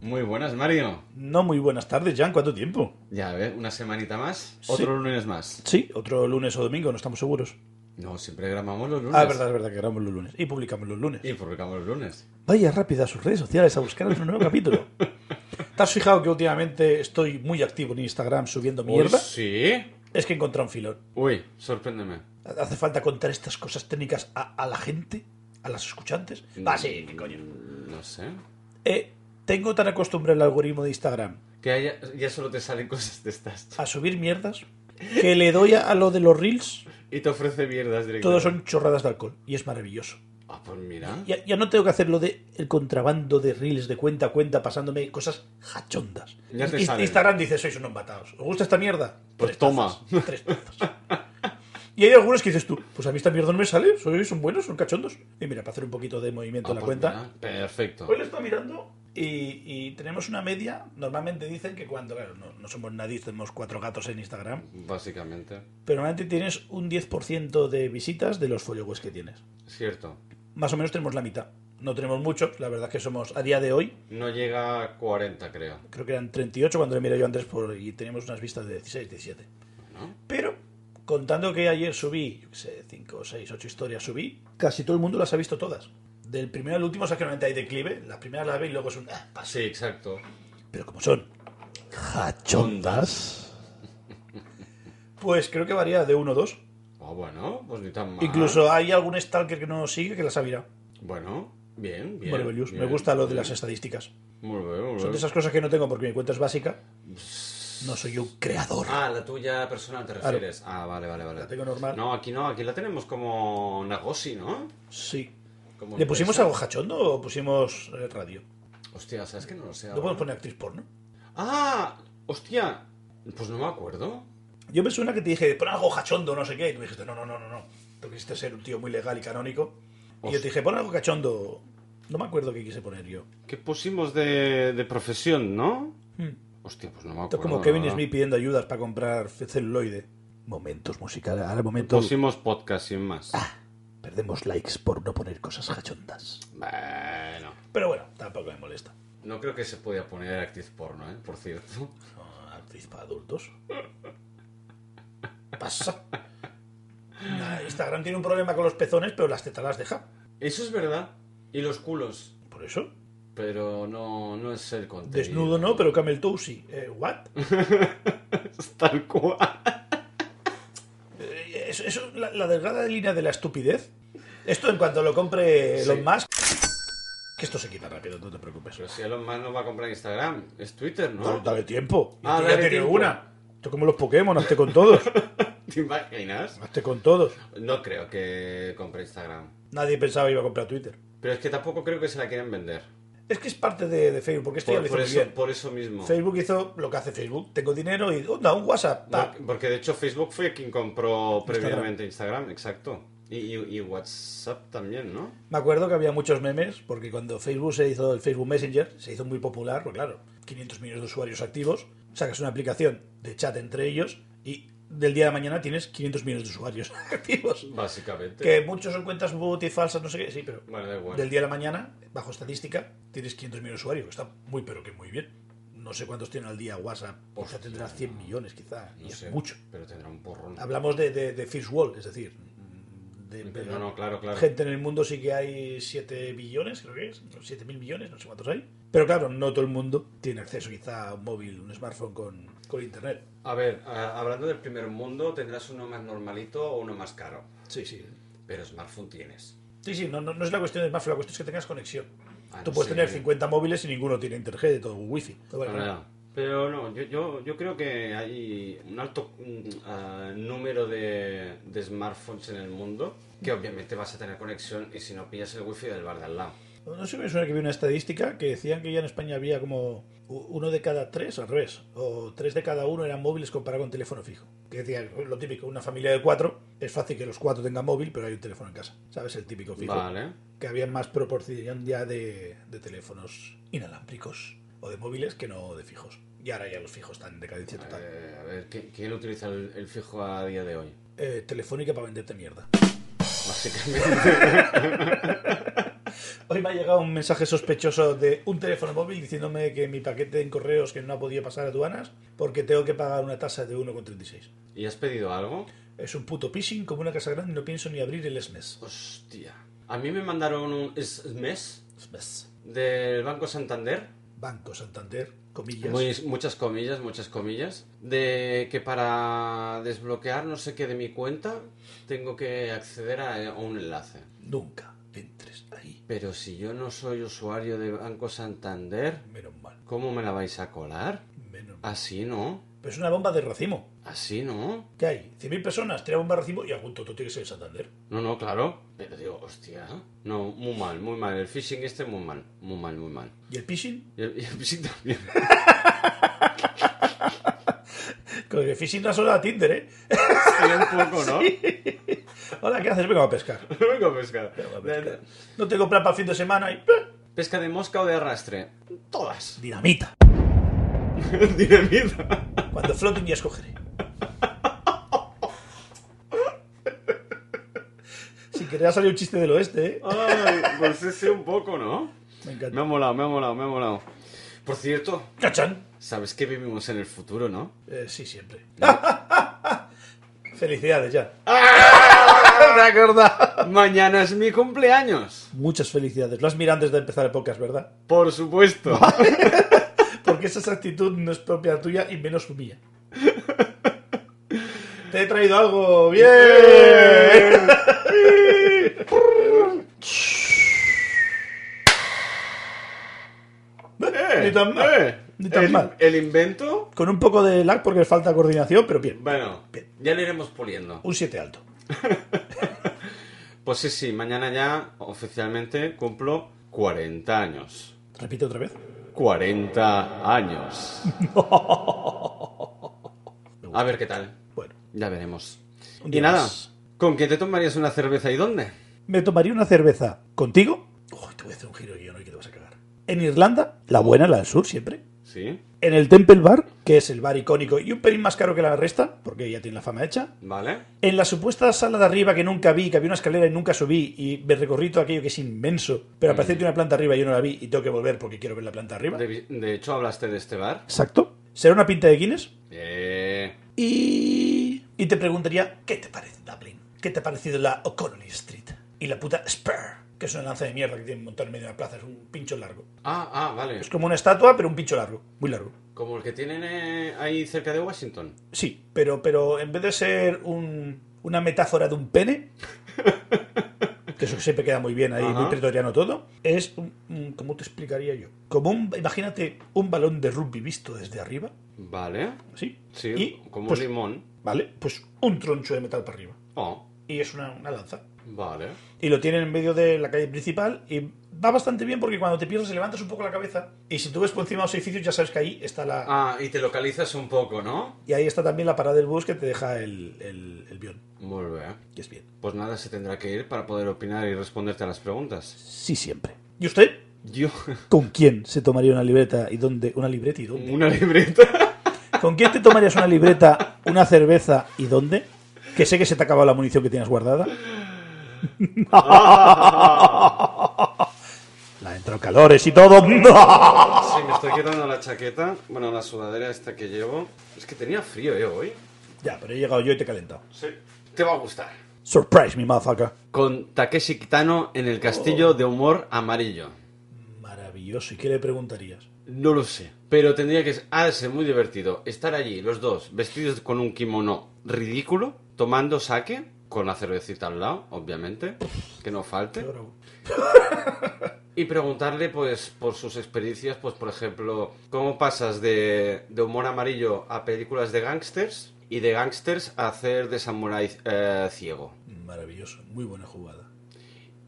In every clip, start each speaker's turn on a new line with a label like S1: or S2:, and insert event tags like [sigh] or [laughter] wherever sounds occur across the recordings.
S1: Muy buenas, Mario.
S2: No muy buenas tardes, Jan. ¿Cuánto tiempo?
S1: Ya, a ver, una semanita más,
S2: Sí.
S1: otro lunes más.
S2: Sí, otro lunes o domingo, no estamos seguros.
S1: No, siempre grabamos los lunes.
S2: Ah, es verdad, es verdad que grabamos los lunes y publicamos los lunes.
S1: Y publicamos los lunes.
S2: Vaya rápida a sus redes sociales a buscar otro nuevo capítulo. ¿Te has fijado que últimamente estoy muy activo en Instagram subiendo mierda?
S1: Uy, sí.
S2: Es que encontré un filón.
S1: Uy, sorpréndeme.
S2: ¿Hace falta contar estas cosas técnicas a, a la gente? ¿A las escuchantes?
S1: Mm.
S2: Ah, sí, qué coño.
S1: No sé.
S2: Eh, tengo tan acostumbrado el algoritmo de Instagram
S1: Que haya- ya solo te salen cosas de estas.
S2: a subir mierdas que le doy a, a lo de los reels.
S1: Y te ofrece mierdas directamente.
S2: Todos son chorradas de alcohol y es maravilloso.
S1: Ah, pues mira.
S2: Ya, ya no tengo que hacer lo de el contrabando de reels de cuenta a cuenta pasándome cosas hachondas.
S1: Ya te
S2: Inst-
S1: salen.
S2: Instagram dice, sois unos matados. ¿Os gusta esta mierda?
S1: Pues
S2: Tres
S1: toma.
S2: tazas, [laughs] tres tazas. Y hay algunos que dices tú, pues a mí esta mierda no me sale, sois son buenos, son cachondos. Y mira, para hacer un poquito de movimiento
S1: Ah,
S2: en la
S1: pues
S2: cuenta,
S1: mira, Perfecto.
S2: Hoy lo está mirando y, y tenemos una media. Normalmente dicen que cuando, claro, no, no somos nadie, tenemos cuatro gatos en Instagram,
S1: Básicamente.
S2: pero normalmente tienes un 10% de visitas de los followers que tienes.
S1: Cierto.
S2: Más o menos tenemos la mitad. No tenemos muchos, la verdad es que somos a día de hoy,
S1: No llega a 40, creo.
S2: creo que eran 38 cuando le miré yo antes por, y teníamos unas vistas de 16, 17.
S1: ¿No?
S2: Pero contando que ayer subí, yo qué sé, 5, 6, 8 historias subí, casi todo el mundo las ha visto todas. Del primero al último, o sea que normalmente hay declive, las primeras las ve y luego es un... ah, paso.
S1: Sí, exacto.
S2: Pero como son hachondas, pues creo que varía de uno o dos.
S1: Ah, bueno, pues ni tan mal.
S2: Incluso hay algún stalker que no sigue que las ha mirado.
S1: Bueno, bien, bien.
S2: Maravilloso. Me
S1: bien,
S2: gusta lo de
S1: bien.
S2: las estadísticas.
S1: Muy bien, muy
S2: Son
S1: bien.
S2: de esas cosas que no tengo porque mi cuenta es básica. No soy un creador.
S1: Ah, la tuya personal te
S2: Claro.
S1: refieres. Ah, vale, vale, vale.
S2: La tengo normal.
S1: No, aquí no, aquí la tenemos como Nagosi, ¿no?
S2: Sí.
S1: Como
S2: ¿Le pusimos
S1: empresa.
S2: algo cachondo o pusimos eh, radio?
S1: Hostia, ¿sabes que no lo sé?
S2: ¿No
S1: ahora?
S2: podemos poner actriz porno?
S1: Ah, hostia. Pues no me acuerdo.
S2: Yo me suena que te dije, pon algo cachondo, no sé qué. Y tú me dijiste, no, no, no, no, no. Tú quisiste ser un tío muy legal y canónico. Y yo te dije, pon algo cachondo. No me acuerdo qué quise poner yo.
S1: ¿Qué pusimos de, de profesión, no?
S2: Hmm.
S1: Hostia, pues no me acuerdo.
S2: Esto es como
S1: la
S2: Kevin
S1: verdad.
S2: Smith pidiendo ayudas para comprar celuloide. Momentos musicales. Ahora momentos. Ah,
S1: Pusimos podcast sin más.
S2: Perdemos likes por no poner cosas hachondas.
S1: Bueno.
S2: Pero bueno, tampoco me molesta.
S1: No creo que se podía poner actriz porno, ¿eh? Por cierto.
S2: No, actriz para adultos. Pasa. Nah, Instagram tiene un problema con los pezones, pero las tetas las deja.
S1: Eso es verdad. Y los culos.
S2: Por eso.
S1: Pero no, no es el contenido.
S2: Desnudo no, pero camel toe sí. Eh, ¿What?
S1: [laughs] Tal cual.
S2: Eh, eso, eso- la, la delgada línea de la estupidez. Esto en cuanto lo compre Elon
S1: Sí.
S2: Musk. Que esto se quita rápido, no te preocupes.
S1: Pero Pues si Elon Musk no va a comprar Instagram, es Twitter, ¿no?
S2: No, dale tiempo.
S1: Ah,
S2: Yo
S1: dale
S2: ya tiene
S1: tiempo.
S2: una. Esto como los Pokémon, hazte
S1: [laughs]
S2: con todos.
S1: ¿Te imaginas?
S2: hazte con todos.
S1: No creo que compre Instagram.
S2: Nadie pensaba que iba a comprar Twitter.
S1: Pero es que tampoco creo que se la quieran vender.
S2: Es que es parte de, de Facebook, porque esto ya lo
S1: Por,
S2: hizo
S1: por
S2: muy
S1: eso,
S2: bien.
S1: por eso mismo.
S2: Facebook hizo lo que hace Facebook. Tengo dinero y onda, un WhatsApp. pa.
S1: Por- Porque de hecho Facebook fue quien compró
S2: Instagram.
S1: previamente Instagram, exacto. Y, y- y WhatsApp también, ¿no?
S2: Me acuerdo que había muchos memes, porque cuando Facebook se hizo el Facebook Messenger, se hizo muy popular, pues claro, 500 millones de usuarios activos, sacas una aplicación de chat entre ellos y del día de mañana tienes 500 millones de usuarios [laughs] activos.
S1: Básicamente.
S2: Que muchos son cuentas bot y falsas, no sé qué, sí, pero
S1: Bueno, da igual.
S2: del día a la mañana, bajo estadística, tienes 500.000 usuarios, que está muy, pero que muy bien. No sé cuántos tienen al día WhatsApp, o sea,
S1: Hostia,
S2: tendrá 100 millones quizá, y
S1: No
S2: es
S1: sé,
S2: mucho.
S1: Pero tendrá un porrón.
S2: Hablamos de, de, de First World, es decir, de, de-
S1: No, no, claro, claro.
S2: gente en el mundo sí que hay 7 billones, creo que es, 7 mil millones, no sé cuántos hay. Pero claro, no todo el mundo tiene acceso quizá a un móvil, un smartphone con, con internet.
S1: A ver, a- hablando del primer mundo, tendrás uno más normalito o uno más caro.
S2: Sí, sí.
S1: Pero smartphone tienes.
S2: Sí, sí, no, no, no es la cuestión de smartphone, la cuestión es que tengas conexión.
S1: Ah,
S2: Tú
S1: no
S2: puedes
S1: sé.
S2: tener 50 móviles y ninguno tiene internet todo wifi. Pero bueno,
S1: Ahora, Pues Pero no, yo, yo, yo creo que hay un alto mm, ah, número de, de smartphones en el mundo que obviamente vas a tener conexión y si no pillas el wifi del bar de al lado.
S2: No sé, me suena que vi una estadística que decían que ya en España había como u- uno de cada tres, al revés, o tres de cada uno eran móviles comparado con teléfono fijo. Que decían, lo típico, una familia de cuatro, es fácil que los cuatro tengan móvil, pero hay un teléfono en casa. ¿Sabes? El típico fijo.
S1: Vale.
S2: Que había más proporción ya de, de teléfonos inalámbricos o de móviles que no de fijos. Y ahora ya los fijos están en decadencia total.
S1: Eh, a ver, ¿qui- ¿quién utiliza el, el fijo a día de hoy? [laughs]
S2: [laughs] Eh, telefónica para venderte mierda.
S1: Básicamente.
S2: Hoy me ha llegado un mensaje sospechoso de un teléfono móvil diciéndome que mi paquete en correos que no ha podido pasar aduanas porque tengo que pagar una tasa de 1,36.
S1: ¿Y has pedido algo?
S2: Es un puto phishing como una casa grande y no pienso ni abrir el E SMES.
S1: Hostia. A mí me mandaron un SMS del Banco Santander.
S2: E Banco Santander, comillas.
S1: Muy- muchas comillas, muchas comillas. De que para desbloquear no sé qué de mi cuenta tengo que acceder a, a un enlace.
S2: Nunca entres ahí.
S1: Pero si yo no soy usuario de Banco Santander,
S2: Menos mal.
S1: ¿cómo me la vais a colar?
S2: Menos mal.
S1: Así no.
S2: Pero es una bomba de racimo.
S1: Así no.
S2: ¿Qué hay? 100.000 personas, tira bomba de racimo y algún tonto tiene que ser Santander.
S1: No, no, claro. Pero digo, hostia. No, muy mal, muy mal. El phishing este muy mal. Muy mal, muy mal.
S2: ¿Y el phishing?
S1: Y el, y el phishing [laughs] también.
S2: Con el phishing no solo a Tinder, ¿eh?
S1: Sí, un poco, ¿no? [laughs]
S2: Hola, ¿qué haces? Vengo a pescar.
S1: Venga, a pescar.
S2: Vengo a pescar. No tengo plan para el fin de semana y... ¡eh!
S1: Pesca de mosca o de arrastre. Todas. [laughs]
S2: Dinamita.
S1: Dinamita.
S2: Cuando flote un día escogeré. Sin querer ha salido un chiste del oeste, ¿eh?
S1: Ay, pues sí, sí, un poco, ¿no?
S2: Me
S1: Me ha
S2: encanta.
S1: molado, me ha molado, me ha molado. Por cierto,
S2: ¡Cachán!
S1: sabes que vivimos en el futuro, ¿no?
S2: Eh, sí, siempre. [laughs] Felicidades ya. [laughs] Me acordaba.
S1: Mañana es mi cumpleaños.
S2: Muchas felicidades. Lo has mirado antes de empezar el podcast, ¿verdad?
S1: Por supuesto.
S2: Porque esa actitud no es propia tuya y menos mía. Te he traído algo. ¡Bien!
S1: Eh,
S2: Ni tan mal. Ni tan
S1: el,
S2: mal.
S1: eh, el invento,
S2: Con un poco de lag porque falta coordinación, pero bien.
S1: bueno, ya lo iremos puliendo.
S2: Un 7 alto.
S1: Pues sí, sí, mañana ya oficialmente cumplo 40 años.
S2: Repite otra vez.
S1: 40
S2: [laughs]
S1: años. A ver qué tal.
S2: Bueno,
S1: Ya veremos.
S2: Un
S1: Y
S2: día
S1: nada,
S2: más.
S1: ¿con qué te tomarías una cerveza y dónde?
S2: me tomaría una cerveza contigo. Uy, te voy a hacer un giro yo no que te vas a cagar. En Irlanda, la buena, la del sur, siempre.
S1: Sí,
S2: En el Temple Bar, que es el bar icónico y un pelín más caro que la resta, porque ya tiene la fama hecha.
S1: vale.
S2: En la supuesta sala de arriba que nunca vi, que había una escalera y nunca subí, y me recorrí todo aquello que es inmenso, pero aparece que hay una planta arriba y yo no la vi y tengo que volver porque quiero ver la planta arriba.
S1: De, de hecho, hablaste de este bar.
S2: Exacto. Será una pinta de Guinness.
S1: Eh,
S2: Y... y te preguntaría, ¿qué te parece Dublin? ¿Qué te ha parecido la O'Connell Street? Y la puta Spur, que es una lanza de mierda que tiene un montón en medio de la plaza, es un pincho largo.
S1: ah, ah, vale.
S2: Es como una estatua, pero un pincho largo, muy largo.
S1: Como el que tienen eh, ahí cerca de Washington.
S2: Sí, pero, pero en vez de ser un- una metáfora de un pene, [laughs] que eso siempre queda muy bien ahí,
S1: Ajá.
S2: muy pretoriano todo, es, un- un- ¿cómo te explicaría yo? Como un, imagínate un balón de rugby visto desde arriba,
S1: Vale.
S2: ¿sí?
S1: Sí,
S2: Y,
S1: como
S2: pues-
S1: un limón.
S2: ¿Vale? Pues un troncho de metal para arriba.
S1: Oh,
S2: Y es una, una lanza.
S1: vale.
S2: Y lo tienen en medio de la calle principal y va bastante bien porque cuando te pierdes se levantas un poco la cabeza y si tú ves por encima de los edificios ya sabes que ahí está la...
S1: Ah, y te localizas un poco, ¿no?
S2: Y ahí está también la parada del bus que te deja el, el, el bión,
S1: Muy bien.
S2: que es bien.
S1: Pues nada, se tendrá que ir para poder opinar y responderte a las preguntas.
S2: Sí, siempre. ¿Y usted?
S1: Yo, [laughs]
S2: ¿Con quién se tomaría una libreta y dónde? ¿Una libreta y dónde?
S1: una libreta.
S2: [laughs] ¿Con quién te tomarías una libreta, una cerveza y dónde? Que sé que se te ha acabado la munición que tienes guardada. La entró calores y todo.
S1: Sí, me estoy quitando la chaqueta. Bueno, la sudadera esta que llevo. Es que tenía frío yo hoy.
S2: Ya, pero he llegado yo y te he calentado.
S1: Sí. Te va a gustar.
S2: Surprise, mi motherfucker.
S1: Con Takeshi Kitano en el castillo de humor amarillo.
S2: Maravilloso. ¿Y qué le preguntarías?
S1: No lo sé. Pero tendría que ha ser muy divertido estar allí, los dos, vestidos con un kimono ridículo, tomando sake, con la cervecita al lado, obviamente, que no falte. Y preguntarle, pues, por sus experiencias, pues, por ejemplo, cómo pasas de, de humor amarillo a películas de gángsters y de gángsters a hacer de samurái eh, ciego.
S2: Maravilloso. Muy buena jugada.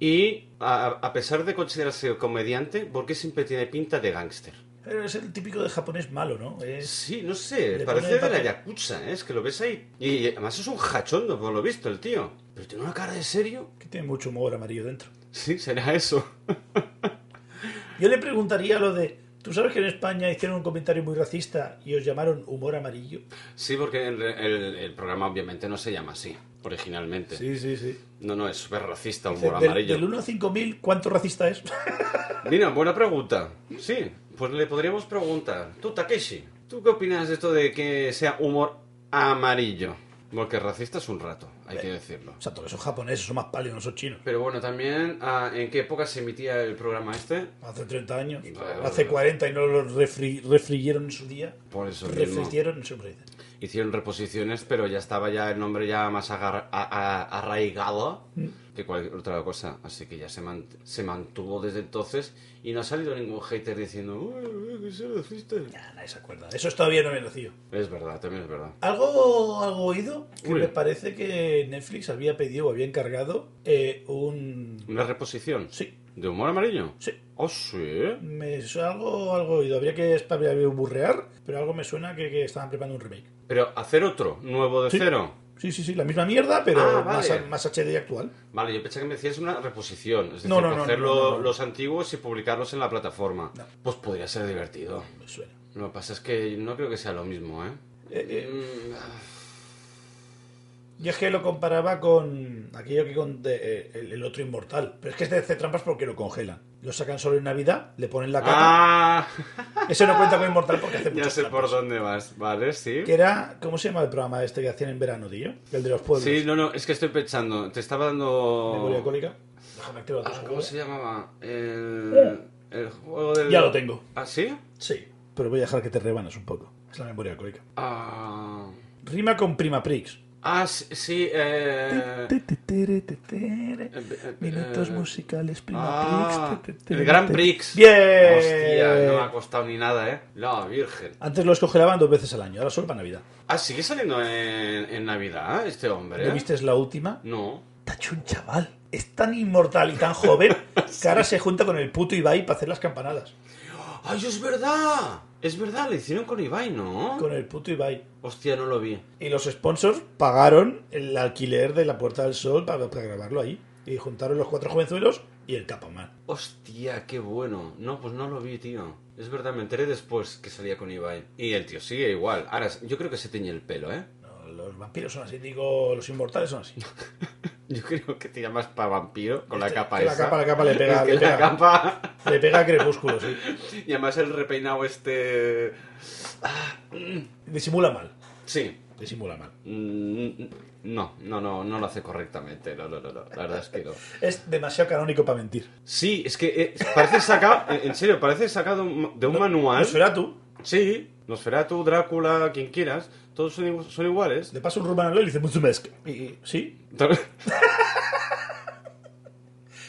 S1: Y, a, a pesar de considerarse comediante, ¿por qué siempre tiene pinta de gángster?
S2: Pero es el típico de japonés malo, ¿no? Es...
S1: Sí, no sé,
S2: Le
S1: parece de
S2: pone
S1: la
S2: papel.
S1: Yakuza, ¿eh? es que lo ves ahí. Y además es un jachondo, por lo visto, el tío. Pero tiene una cara de serio.
S2: Que tiene mucho humor amarillo dentro.
S1: Sí, será eso.
S2: Yo le preguntaría lo de ¿Tú sabes que en España hicieron un comentario muy racista y os llamaron humor amarillo?
S1: [laughs] Sí, porque el, el- el programa obviamente no se llama así, originalmente.
S2: Sí, sí, sí.
S1: No, no, es súper racista,
S2: Dice,
S1: humor
S2: del,
S1: amarillo.
S2: del 1 a 5000, ¿cuánto racista es? [laughs]
S1: Mira, buena pregunta. Sí, pues le podríamos preguntar. Tú, Takeshi, ¿tú qué opinas de esto de que sea humor amarillo? Porque racista es un rato, hay que decirlo.
S2: o sea, todos esos japoneses son más pálidos, no son chinos.
S1: Pero bueno, también, ah, ¿en qué época se emitía el programa este?
S2: Hace 30 años,
S1: Claro.
S2: hace 40 y no los refri, refrigieron en su día.
S1: Por eso mismo.
S2: Refrigieron, no sé cómo se dice.
S1: Hicieron reposiciones, pero ya estaba ya el nombre ya más agar- a- a- arraigado
S2: Mm.
S1: que cualquier otra cosa. Así que ya se, man- se mantuvo desde entonces y no ha salido ningún hater diciendo "Uy, uy, que se racista".
S2: Ya, nadie se acuerda. Eso es todavía no me nacido.
S1: Es verdad, también es verdad.
S2: Algo, algo oído que
S1: Uy.
S2: me parece que Netflix había pedido o había encargado eh, un.
S1: ¿Una reposición?
S2: Sí,
S1: ¿De humor amarillo?
S2: sí.
S1: Oh, sí.
S2: Me, su- algo, algo oído. Habría que espabilar y burrear, pero algo me suena que, que estaban preparando un remake.
S1: Pero hacer otro, nuevo de
S2: Sí.
S1: cero.
S2: Sí, sí, sí, la misma mierda, pero
S1: Ah,
S2: más,
S1: vale.
S2: más HD actual.
S1: Vale, yo pensé que me decías una reposición. Es decir,
S2: No, no, no,
S1: coger
S2: no,
S1: lo-
S2: no, no.
S1: los antiguos y publicarlos en la plataforma.
S2: No.
S1: Pues podría ser divertido.
S2: Me suena.
S1: Lo que pasa es que no creo que sea lo mismo, ¿eh?
S2: Eh, eh,
S1: Mm, ah,
S2: Yo es que lo comparaba con aquello que con de- eh, el, el otro inmortal. Pero es que este hace trampas porque lo congelan. Lo sacan solo en Navidad, le ponen la capa.
S1: Ah,
S2: Ese no cuenta con inmortal porque hace
S1: ya
S2: muchas
S1: sé por
S2: trampas.
S1: dónde vas. Vale, sí.
S2: Que era, ¿cómo se llama el programa este que hacían en verano, tío? El de los pueblos.
S1: Sí, no, no, es que estoy pensando. Te estaba
S2: Memoria
S1: dando.
S2: cólica. Déjame activar
S1: Ah,
S2: otro
S1: ¿Cómo
S2: juego.
S1: se llamaba? El, el juego del.
S2: ¿eh? Ah. Ya lo tengo.
S1: ¿Ah, sí?
S2: Sí, pero voy a dejar que te rebanas un poco. Es la memoria cólica.
S1: Ah.
S2: Rima con Prima Prix.
S1: Ah, sí, sí, eh... eh,
S2: Minutos
S1: eh,
S2: musicales Prima
S1: Ah,
S2: Prix. te, te, te,
S1: el Gran
S2: te.
S1: Prix.
S2: ¡Bien!
S1: Hostia, no me ha costado ni nada, ¿eh? La Virgen.
S2: Antes los congelaban dos veces al año, ahora solo para Navidad.
S1: Ah, sigue saliendo en, en Navidad ¿eh? este hombre,
S2: ¿Lo
S1: ¿eh?
S2: viste? Es la última.
S1: No.
S2: Tacho, un chaval. Es tan inmortal y
S1: [laughs]
S2: tan joven que ahora se junta con el puto Ibai para hacer las campanadas.
S1: ¡Ay, es verdad! Es verdad, le hicieron con Ibai, ¿no?
S2: Con el puto Ibai.
S1: Hostia, no lo vi.
S2: Y los sponsors pagaron el alquiler de la Puerta del Sol para, para grabarlo ahí. Y juntaron los cuatro jovenzuelos y el Capamán.
S1: Hostia, qué bueno. No, pues no lo vi, tío. Es verdad, me enteré después que salía con Ibai. Y el tío sigue igual. Ahora, yo creo que se teñe el pelo, ¿eh?
S2: No, los vampiros son así, digo, los inmortales son así.
S1: [laughs] Yo creo que tira más para vampiro con la
S2: Este-
S1: capa
S2: que la
S1: esa.
S2: capa- la capa le pega-
S1: Es [laughs] que
S2: le
S1: la
S2: pega.
S1: capa...
S2: Le pega a crepúsculo, sí.
S1: Y además el repeinado este...
S2: Disimula mal.
S1: Sí.
S2: Disimula mal.
S1: Mm, No, no, no, no lo hace correctamente. No, no, no, no. La verdad es que no.
S2: Es demasiado canónico para mentir.
S1: Sí, es que eh, parece sacado... En en serio, parece sacado de un manual.
S2: ¿No será Pues tú?
S1: Sí, Nosferatu, Drácula, quien quieras. Todos son, igu- son iguales. [laughs]
S2: Le pasa un rumano y le dice Mutsumesc. Y- y- ¿Sí?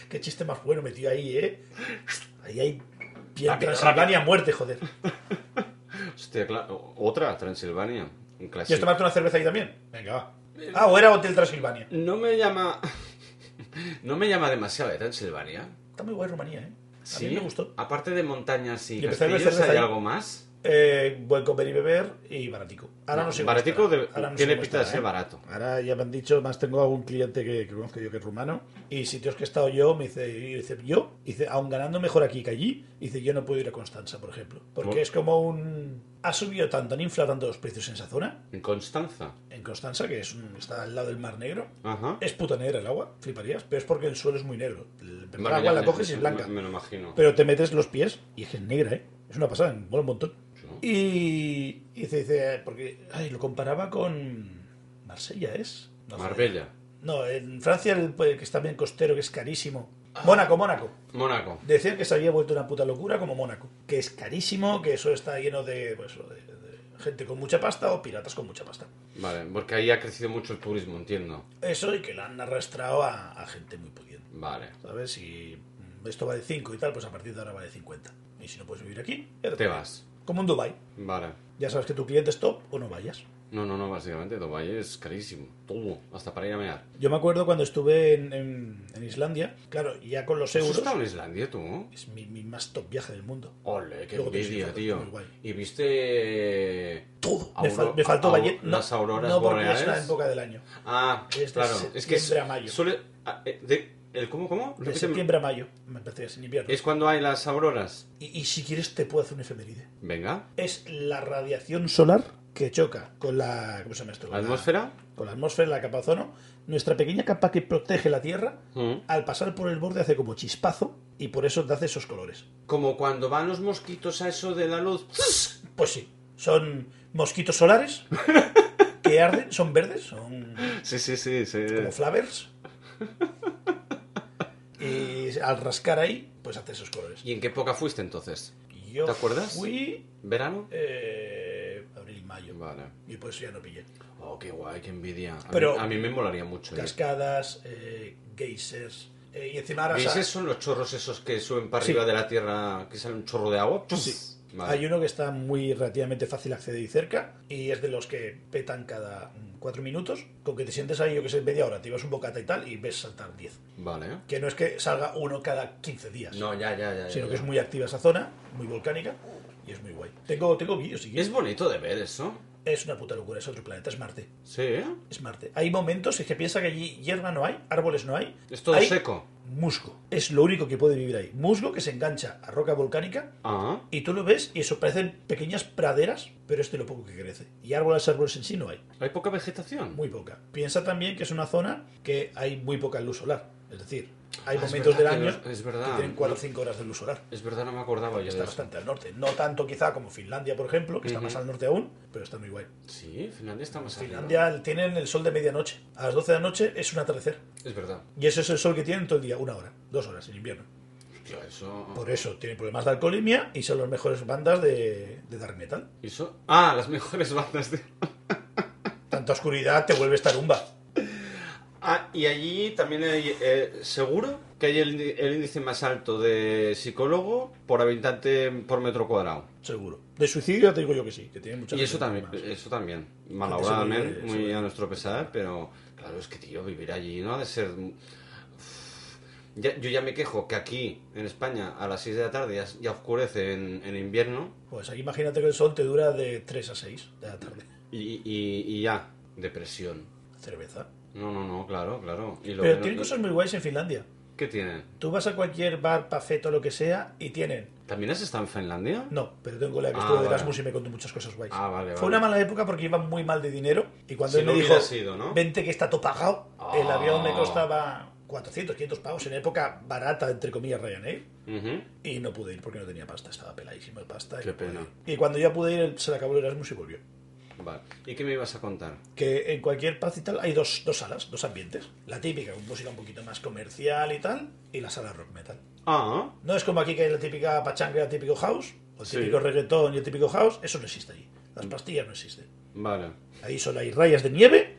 S2: Qué chiste más bueno metido ahí, ¿eh? Ahí hay piedra
S1: Rápido,
S2: Transilvania a muerte, joder.
S1: Hostia, claro. Otra, Transilvania. Un
S2: ¿Y has
S1: clásico.
S2: tomado una cerveza ahí también? Venga, va.
S1: Eh,
S2: Ah, o era Hotel Transilvania.
S1: No me llama... [laughs] No me llama demasiado de Transilvania.
S2: Está muy guay Rumanía, ¿eh? A
S1: Sí,
S2: mí me gustó.
S1: Aparte de montañas y,
S2: Y empezar a ver
S1: castillos,
S2: cerveza
S1: ¿hay
S2: ahí.
S1: algo más?
S2: Eh, buen comer y beber y baratico. Ahora no, sé cómo
S1: Baratico
S2: estará.
S1: de-
S2: Ahora no sé
S1: tiene
S2: cómo
S1: pinta de
S2: estará,
S1: ser
S2: ¿eh?
S1: barato.
S2: Ahora ya me han dicho, más tengo algún cliente que, que conozco yo que es rumano. Y sitios que he estado yo, me dice, y dice yo, dice, aun ganando mejor aquí que allí, dice, yo no puedo ir a Constanza, por ejemplo. Porque
S1: Bueno.
S2: es como un. Ha subido tanto, han inflado tanto los precios en esa zona
S1: En Constanza.
S2: en Constanza, que es un- está al lado del Mar Negro.
S1: Ajá.
S2: Es puta negra el agua, fliparías, pero es porque el suelo es muy negro. El, el
S1: Bueno,
S2: agua
S1: ya
S2: la
S1: me-
S2: coges y es blanca.
S1: Me, me lo imagino.
S2: Pero te metes los pies y es que es negra, ¿eh? Es una pasada, mola un montón.
S1: Sí.
S2: Y, y dice, dice, porque ay, lo comparaba con Marsella, ¿es? No, joder.
S1: Marbella.
S2: No, en Francia, el, pues, que está bien costero, que es carísimo.
S1: Ah.
S2: Mónaco, Mónaco.
S1: Mónaco.
S2: Decían que se había vuelto una puta locura como Mónaco. Que es carísimo, que eso está lleno de, pues, de- de gente con mucha pasta o piratas con mucha pasta.
S1: Vale, porque ahí ha crecido mucho el turismo, entiendo.
S2: Eso y que la han arrastrado a, a gente muy pudiente.
S1: Vale.
S2: ¿Sabes? Si mm, esto vale 5 y tal, pues a partir de ahora vale 50. Y si no puedes vivir aquí, ya
S1: Te vas.
S2: Como en Dubai.
S1: Vale.
S2: Ya sabes que tu cliente es top o no vayas.
S1: No, no, no, básicamente Dubái es carísimo. Todo, hasta para ir a mear.
S2: Yo me acuerdo cuando estuve en, en- en Islandia, claro, ya con los
S1: ¿Has
S2: euros.
S1: estado en Islandia tú?
S2: Es mi, mi más top viaje del mundo.
S1: Ole, qué
S2: Luego te
S1: envidia,
S2: enseño,
S1: tío.
S2: muy guay.
S1: Y viste...
S2: Todo.
S1: Auro-
S2: me, fal- me faltó
S1: auro-
S2: valle- no,
S1: las auroras
S2: no porque es la
S1: boreales.
S2: época del año.
S1: Ah,
S2: Desde
S1: claro. Es que
S2: septiembre a mayo.
S1: suele... ah, eh, de- ¿El cómo, cómo?
S2: De septiembre a mayo, me empecé sin invierno.
S1: Es cuando hay las auroras.
S2: Y, y si quieres te puedo hacer una efeméride.
S1: Venga.
S2: Es la radiación solar que choca con la... ¿Cómo se llama esto? Con
S1: ¿La atmósfera?
S2: Con la atmósfera, la capa de ozono. Nuestra pequeña capa que protege la Tierra,
S1: Mm.
S2: al pasar por el borde hace como chispazo y por eso te hace esos colores.
S1: Como cuando van los mosquitos a eso de la luz.
S2: Pues sí, son mosquitos solares que arden, son verdes, son
S1: [laughs] Sí, sí, sí. sí.
S2: como flavers. Y al rascar ahí, pues hace esos colores.
S1: ¿Y en qué época fuiste entonces?
S2: Yo
S1: ¿Te acuerdas?
S2: Fui
S1: ¿Verano?
S2: eh, abril y mayo.
S1: Vale.
S2: Y por eso ya no pillé.
S1: Oh, qué guay, qué envidia. A,
S2: Pero-
S1: mí, a mí me molaría mucho. ir.
S2: Cascadas, eh, geysers. eh, y encima ahora.
S1: ¿Veis?
S2: sa-
S1: Esos son los chorros esos que suben para
S2: Sí.
S1: arriba de la tierra, que sale un chorro de agua.
S2: Sí.
S1: Vale.
S2: Hay uno que está muy relativamente fácil acceder y cerca, y es de los que petan cada mm, cuatro minutos, con que te sientes ahí, yo que sé, media hora, te llevas un bocata y tal, y ves saltar 10.
S1: Vale.
S2: Que no es que salga uno cada 15 días,
S1: No, ya, ya, ya.
S2: sino
S1: ya,
S2: que
S1: ya.
S2: es muy activa esa zona, muy volcánica, y es muy guay. Tengo, tengo vídeos, si quieres.
S1: Es bonito de ver eso.
S2: Es una puta locura, es otro planeta, es Marte.
S1: Sí, ¿eh?
S2: Es Marte. Hay momentos en que piensa que allí hierba no hay, árboles no hay.
S1: Es todo
S2: hay
S1: seco.
S2: Musgo. Es lo único que puede vivir ahí. Musgo que se engancha a roca volcánica
S1: Ah,
S2: Y tú lo ves y eso parecen pequeñas praderas, pero es de lo poco que crece. Y árboles, árboles en sí no hay,
S1: hay poca vegetación.
S2: muy poca. Piensa también que es una zona que hay muy poca luz solar. Es decir, hay
S1: Ah, es
S2: momentos del
S1: verdad que
S2: año
S1: los- es
S2: que
S1: verdad.
S2: tienen 4 o 5 horas de luz solar.
S1: Es verdad, no me acordaba yo
S2: Está
S1: de eso.
S2: bastante al norte. No tanto quizá como Finlandia, por ejemplo, que está
S1: Ujú.
S2: más al norte aún, pero está muy guay.
S1: Sí, Finlandia está más arriba.
S2: Finlandia tienen el sol de medianoche. A las 12 de la noche es un atardecer.
S1: Es verdad.
S2: Y ese es el sol que tienen todo el día, una hora, dos horas en invierno.
S1: Hostia, eso...
S2: Por eso tienen problemas de alcoholemia y son las mejores bandas de, de dark metal.
S1: eso- Ah, las mejores [laughs] bandas de...
S2: Tanta oscuridad te vuelve tarumba.
S1: Ah, y allí también hay, eh, seguro que hay el, el índice más alto de psicólogo por habitante por metro cuadrado.
S2: Seguro. De suicidio ya te digo yo que sí, que tiene mucha
S1: Y
S2: gente
S1: eso también, eh.
S2: más.
S1: eso también.
S2: Antes
S1: Malauradamente,
S2: se
S1: muy
S2: veía-
S1: a nuestro pesar, pero claro, es que tío, vivir allí no ha de ser. Uf. Ya- yo ya me quejo que aquí, en España, a las 6 de la tarde ya, ya oscurece en, en invierno
S2: Pues aquí imagínate que el sol te dura de 3 a 6 de la tarde. [laughs]
S1: y, y- y ya, depresión.
S2: Cerveza.
S1: No, no, no, claro, claro. Y lo
S2: Pero
S1: que no-
S2: tienen cosas muy guays en Finlandia.
S1: ¿Qué tienen?
S2: Tú vas a cualquier bar, pafeto, lo que sea, y tienen.
S1: ¿También has estado en Finlandia?
S2: No, pero tengo un colega
S1: Ah,
S2: que estuvo de
S1: vale.
S2: Erasmus y me contó muchas cosas guays.
S1: Ah, vale,
S2: Fue
S1: vale.
S2: una mala época porque iba muy mal de dinero. Y cuando
S1: Si
S2: él
S1: no
S2: me dijo,
S1: hubieras ido, ¿no?
S2: vente que está todo pagado, el
S1: Ah.
S2: avión me costaba 400, 500 pavos en época barata, entre comillas, Ryanair.
S1: Ujú.
S2: Y no pude ir porque no tenía pasta, estaba peladísimo de pasta. y
S1: Qué
S2: no pude
S1: pena.
S2: ir. Y cuando ya pude ir, él se le acabó el Erasmus y volvió.
S1: Vale. ¿Y qué me ibas a contar?
S2: que en cualquier paz y tal hay dos, dos salas, dos ambientes. La típica, con música un poquito más comercial y tal, y la sala rock metal.
S1: Ah,
S2: No es como aquí que hay la típica pachanga y el típico house, o el
S1: Sí.
S2: típico reggaetón y el típico house, eso no existe allí. Las pastillas no existen.
S1: vale.
S2: Ahí solo hay rayas de nieve,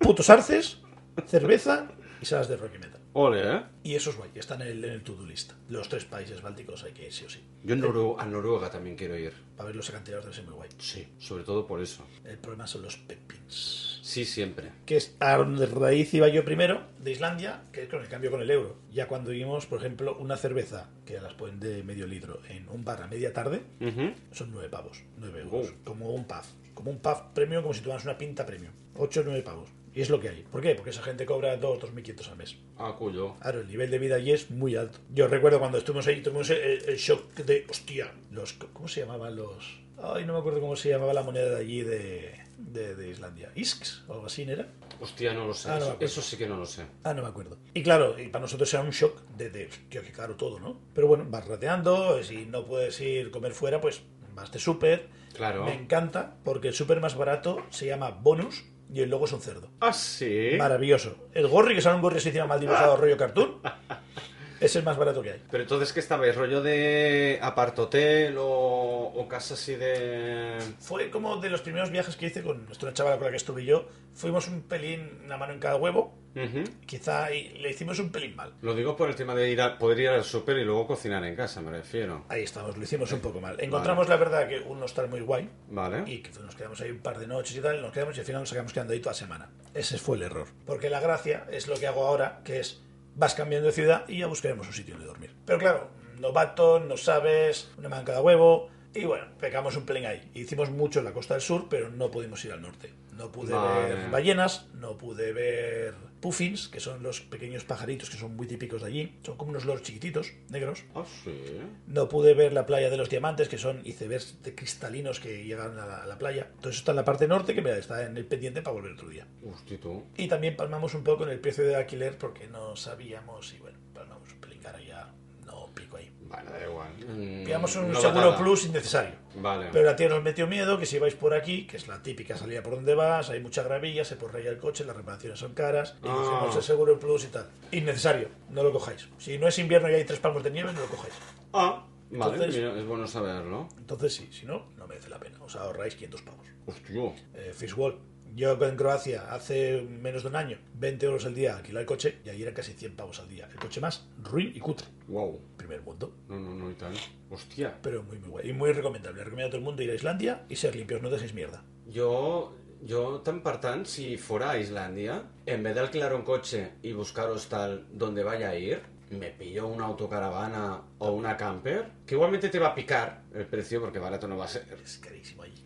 S2: putos arces, cerveza y salas de rock y metal.
S1: Ole, ¿eh?
S2: Y eso es guay, está en el, en el to-do list. Los tres países bálticos hay que ir sí o sí.
S1: Yo en Norue- a Noruega también quiero ir.
S2: Para ver los acantilados debe ser muy guay.
S1: Sí, sobre todo por eso.
S2: El problema son los pepins.
S1: Sí, siempre.
S2: que es a donde raíz iba yo primero, de Islandia, que es con el cambio con el euro. Ya cuando vimos, por ejemplo, una cerveza, que las ponen de medio litro, en un bar a media tarde,
S1: Ujú.
S2: son nueve pavos, nueve euros,
S1: Oh.
S2: como un pub, como un pub premium, como si tuvieras una pinta premium, ocho o nueve pavos. Y es lo que hay. ¿Por qué? Porque esa gente cobra 2, 2.500 al mes.
S1: Ah, cuyo.
S2: Claro, el nivel de vida allí es muy alto. Yo recuerdo cuando estuvimos ahí, tuvimos el, el shock de, hostia, los, ¿cómo se llamaban los...? Ay, no me acuerdo cómo se llamaba la moneda de allí de, de, de Islandia. ¿Isks? ¿O algo así ¿no era?
S1: Hostia, no lo sé.
S2: Ah, no me
S1: eso,
S2: acuerdo.
S1: eso sí que no lo sé.
S2: Ah, no me acuerdo. Y claro, y para nosotros era un shock de, de tío, que caro todo, ¿no? Pero bueno, vas rateando, si no puedes ir comer fuera, pues vas de súper.
S1: Claro.
S2: Me encanta, porque el súper más barato se llama Bonus y el logo es un cerdo.
S1: Ah, sí.
S2: Maravilloso. El gorri, que sale un gorri así encima mal dibujado, rollo cartoon, es el más barato que hay.
S1: Pero entonces, ¿qué estabais? ¿Rollo de apartotel o, o casa así de...?
S2: Fue como de los primeros viajes que hice con nuestra chavala con la que estuve yo. Fuimos un pelín, una mano en cada huevo.
S1: Ujú.
S2: Quizá y le hicimos un pelín mal.
S1: Lo digo por el tema de ir a- poder ir al súper y luego cocinar en casa, me refiero.
S2: Ahí estamos, lo hicimos un poco mal. Encontramos la verdad que un hostal muy guay,
S1: Vale.
S2: Y que nos quedamos ahí un par de noches y tal, nos quedamos y al final nos acabamos quedando ahí toda semana. Ese fue el error. Porque la gracia es lo que hago ahora, que es vas cambiando de ciudad y ya buscaremos un sitio donde dormir. Pero claro, novato, no sabes, una manca de huevo. Y bueno, pecamos un pelín ahí. Hicimos mucho en la costa del sur, pero no pudimos ir al norte. No pude
S1: Vale.
S2: ver ballenas, no pude ver puffins, que son los pequeños pajaritos que son muy típicos de allí. Son como unos loros chiquititos, negros.
S1: Ah, sí.
S2: No pude ver la playa de los diamantes, que son icebergs de cristalinos que llegan a la, a la playa. Todo eso está en la parte norte, que mira, está en el pendiente para volver otro día.
S1: Hostia, tú.
S2: Y también palmamos un poco en el precio de alquiler porque no sabíamos y bueno, palmamos un pelín cara ya. No pico ahí.
S1: Vale, da igual. Mm,
S2: Pillamos un
S1: no
S2: seguro
S1: batalla.
S2: plus innecesario.
S1: Vale.
S2: Pero la tía nos metió miedo que si vais por aquí, que es la típica salida por donde vas, hay mucha gravilla, se por raya el coche, las reparaciones son caras, y
S1: Ah.
S2: cogemos el seguro plus y tal. Innecesario, no lo cojáis. Si no es invierno y hay tres palmos de nieve, no lo cojáis.
S1: Ah, vale,
S2: Entonces-
S1: mira, es bueno saberlo.
S2: Entonces sí, si no, no merece la pena. Os ahorráis 500 pavos.
S1: Hostia.
S2: Eh, Fishwall. Yo en Croacia hace menos de un año, 20 euros al día alquilar el coche y ahí eran casi 100 pavos al día. El coche más, ruin y cutre.
S1: Wow.
S2: Primer mundo,
S1: No, no, no, y tal. Hostia.
S2: pero muy, muy guay. Y muy recomendable. Recomiendo a todo el mundo ir a Islandia y ser limpios, no dejéis mierda.
S1: Jo, jo tant per tant, si fora a Islàndia, en vez de alquilar un coche y buscar hostal donde vaya a ir, me pillo una autocaravana o una camper, que igualmente te va a picar el precio porque barato no va a ser,
S2: Es carísimo allí.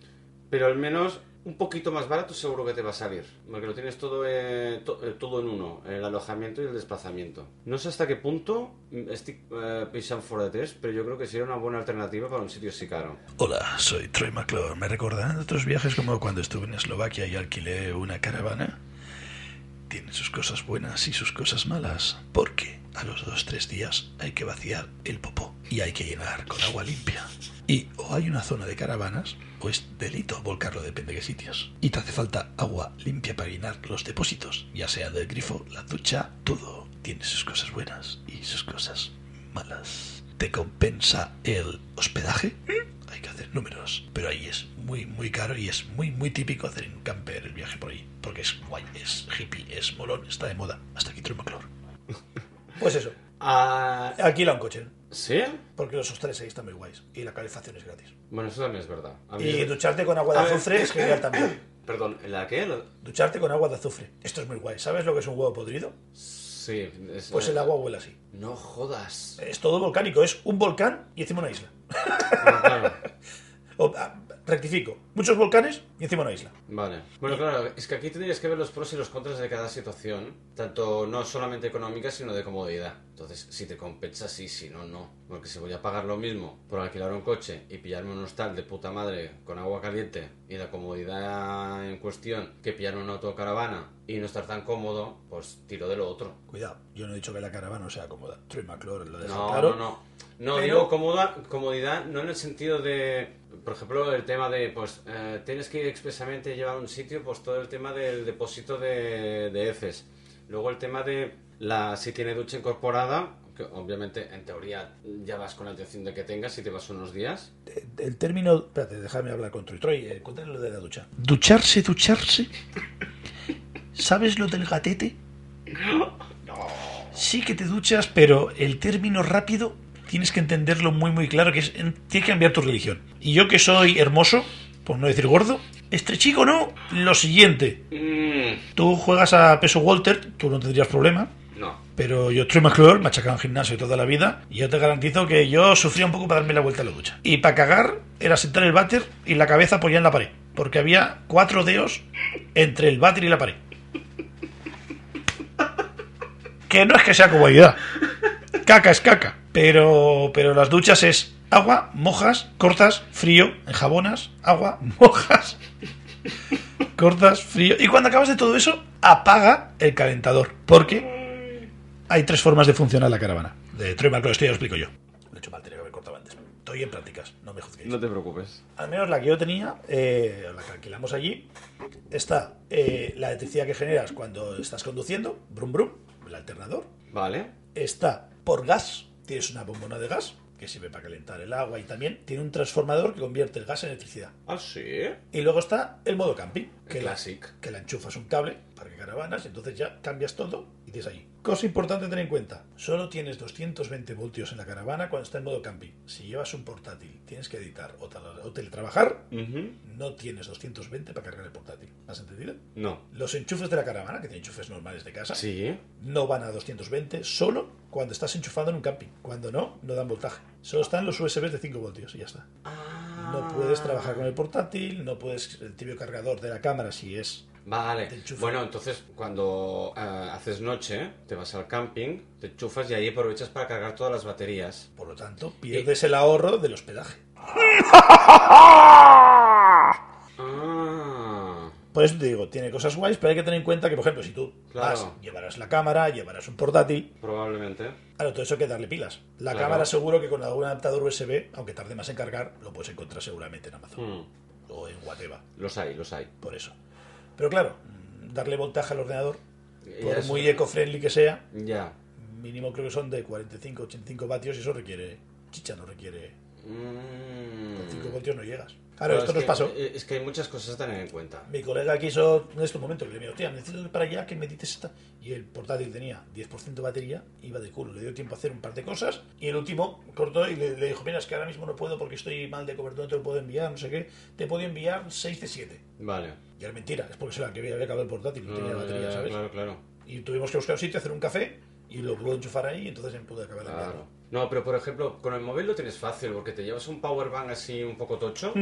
S1: pero al menos un poquito más barato seguro que te va a salir, porque lo tienes todo, eh, to- eh, todo en uno, el alojamiento y el desplazamiento. No sé hasta qué punto mm, estic eh, pensant fora de test, pero yo creo que sería una buena alternativa para un sitio así caro.
S2: Hola, soy Troy McClure. Me recordarán de otros viajes como cuando estuve en Eslovaquia y alquilé una caravana. Tiene sus cosas buenas y sus cosas malas, porque a los dos tres días hay que vaciar el popó y hay que llenar con agua limpia. Y o hay una zona de caravanas, o es delito volcarlo, depende de qué sitios. Y te hace falta agua limpia para llenar los depósitos, ya sea del grifo, la ducha, todo. Tiene sus cosas buenas y sus cosas malas. ¿Te compensa el hospedaje? Hay que hacer números. Pero ahí es muy, muy caro y es muy, muy típico hacer en un camper el viaje por ahí. Porque es guay, es hippie, es molón, está de moda. Hasta aquí Troy McClure. [laughs] Pues eso,
S1: Ah,
S2: alquila un coche.
S1: ¿Sí?
S2: Porque los hostales ahí están muy guays. Y la calefacción es gratis.
S1: Bueno, eso también es verdad. A mí-
S2: Y ducharte con agua
S1: A
S2: de
S1: ver.
S2: azufre es
S1: [laughs]
S2: genial también.
S1: [coughs] Perdón, ¿la qué? La-
S2: Ducharte con agua de azufre. Esto es muy guay. ¿Sabes lo que es un huevo podrido?
S1: Sí. es-
S2: Pues el agua huele así.
S1: No jodas.
S2: Es todo volcánico. Es un volcán y encima una isla.
S1: Bueno, claro.
S2: O, ah, rectifico. Muchos volcanes y encima una isla.
S1: Vale. Bueno, claro, es que aquí tendrías que ver los pros y los contras de cada situación, tanto no solamente económica, sino de comodidad. Entonces, si te compensa, sí, si no, no. Porque si voy a pagar lo mismo por alquilar un coche y pillarme un hostal de puta madre con agua caliente y la comodidad en cuestión que pillarme una autocaravana y no estar tan cómodo, pues tiro de lo otro.
S2: Cuidado, yo no he dicho que la caravana sea cómoda. Troy McClure lo deja
S1: No,
S2: claro.
S1: no, no. No,
S2: Pero-
S1: digo cómoda, comodidad, no en el sentido de, por ejemplo, el tema de, pues, eh, tienes que ir expresamente a llevar a un sitio, pues, todo el tema del depósito de, de heces. Luego el tema de la, si tiene ducha incorporada, que obviamente, en teoría, ya vas con la intención de que tengas si te vas unos días.
S2: Eh, El término. Espérate, déjame hablar con Troy. Troy, eh, cuéntale lo de la ducha. Ducharse, ducharse. ¿Sabes lo del gatete? Sí que te duchas, pero el término rápido tienes que entenderlo muy, muy claro. que es, en- Tienes que cambiar tu religión. Y yo que soy hermoso, por no decir gordo, este chico no. Lo siguiente.
S1: Mm,
S2: Tú juegas a peso Walter, tú no tendrías problema.
S1: no.
S2: Pero yo, Troy McClure, machacado en gimnasio toda la vida, y yo te garantizo que yo sufría un poco para darme la vuelta a la ducha. Y para cagar, era sentar el váter y la cabeza apoyada en la pared, porque había cuatro dedos entre el váter y la pared. Que no es que sea comodidad. Caca es caca. Pero, pero las duchas es agua, mojas, cortas, frío, enjabonas, agua, [laughs] mojas, cortas, frío. Y cuando acabas de todo eso, apaga el calentador, porque hay tres formas de funcionar la caravana. De Troy McClure, esto ya lo explico yo. De hecho, mal tenía que haber cortado antes. Estoy en prácticas, no me juzguéis.
S1: te preocupes.
S2: Al menos la que yo tenía, eh, la que alquilamos allí, está eh, la electricidad que generas cuando estás conduciendo, brum brum, el alternador.
S1: Vale.
S2: Está por gas, tienes una bombona de gas que sirve para calentar el agua y también tiene un transformador que convierte el gas en electricidad.
S1: Ah, sí.
S2: Y luego está el modo camping, que la,
S1: Classic.
S2: que la enchufas un cable para que caravanas, y entonces ya cambias todo y tienes allí. Cosa importante a tener en cuenta, solo tienes 220 voltios en la caravana cuando está en modo camping. Si llevas un portátil, tienes que editar o, tal- o teletrabajar,
S1: Ujú.
S2: no tienes 220 para cargar el portátil. ¿Has entendido?
S1: No.
S2: Los enchufes de la caravana, que tienen enchufes normales de casa,
S1: Sí.
S2: no van a 220 solo cuando estás enchufado en un camping. Cuando no, no dan voltaje. Solo están los USBs de 5 voltios y ya está. No
S1: Ah.
S2: puedes trabajar con el portátil, no puedes el tibio cargador de la cámara si es
S1: Vale.
S2: Te enchufas.
S1: Bueno, entonces cuando ah, haces noche, te vas al camping, te enchufas y ahí aprovechas para cargar todas las baterías.
S2: Por lo
S1: Eh,
S2: tanto, pierdes el ahorro del hospedaje.
S1: Ah.
S2: Por eso te digo, tiene cosas guays, pero hay que tener en cuenta que, por ejemplo, si tú
S1: Claro.
S2: vas, llevarás la cámara, llevarás un portátil,
S1: Probablemente.
S2: claro, todo eso hay que darle pilas. La
S1: Claro.
S2: cámara seguro que con algún adaptador USB, aunque tarde más en cargar, lo puedes encontrar seguramente en Amazon
S1: Hmm.
S2: o en Wateva,
S1: Los hay, los hay.
S2: por eso. Pero claro, mm, darle voltaje al ordenador,
S1: Ya
S2: por
S1: es-
S2: Pues muy eco-friendly que sea,
S1: Ya.
S2: mínimo creo que son de 45-85 vatios y eso requiere chicha, no requiere...
S1: Mm.
S2: 5 voltios no llegas.
S1: Claro,
S2: Claro, esto
S1: es
S2: nos
S1: que-
S2: pasó.
S1: eh, Es que hay muchas cosas a tener en cuenta.
S2: Mi colega quiso en este momento, le digo, tía, necesito ir para allá que me dices esta. Y el portátil tenía 10% de batería, iba de culo, le dio tiempo a hacer un par de cosas. Y el último cortó y le, le dijo, mira, es que ahora mismo no puedo porque estoy mal de cobertura, no te lo puedo enviar, no sé qué. Te puedo enviar 6 de 7.
S1: Vale.
S2: Y era mentira, es porque se la que había acabado el portátil, no tenía
S1: No,
S2: batería,
S1: ya,
S2: ¿sabes?
S1: Ah, Claro, claro.
S2: Y tuvimos que buscar un sitio, hacer un café y lo pudo enchufar ahí y entonces me pude acabar de
S1: Claro.
S2: enviarlo.
S1: No, pero por ejemplo, con el móvil lo tienes fácil porque te llevas un power bank así un poco tocho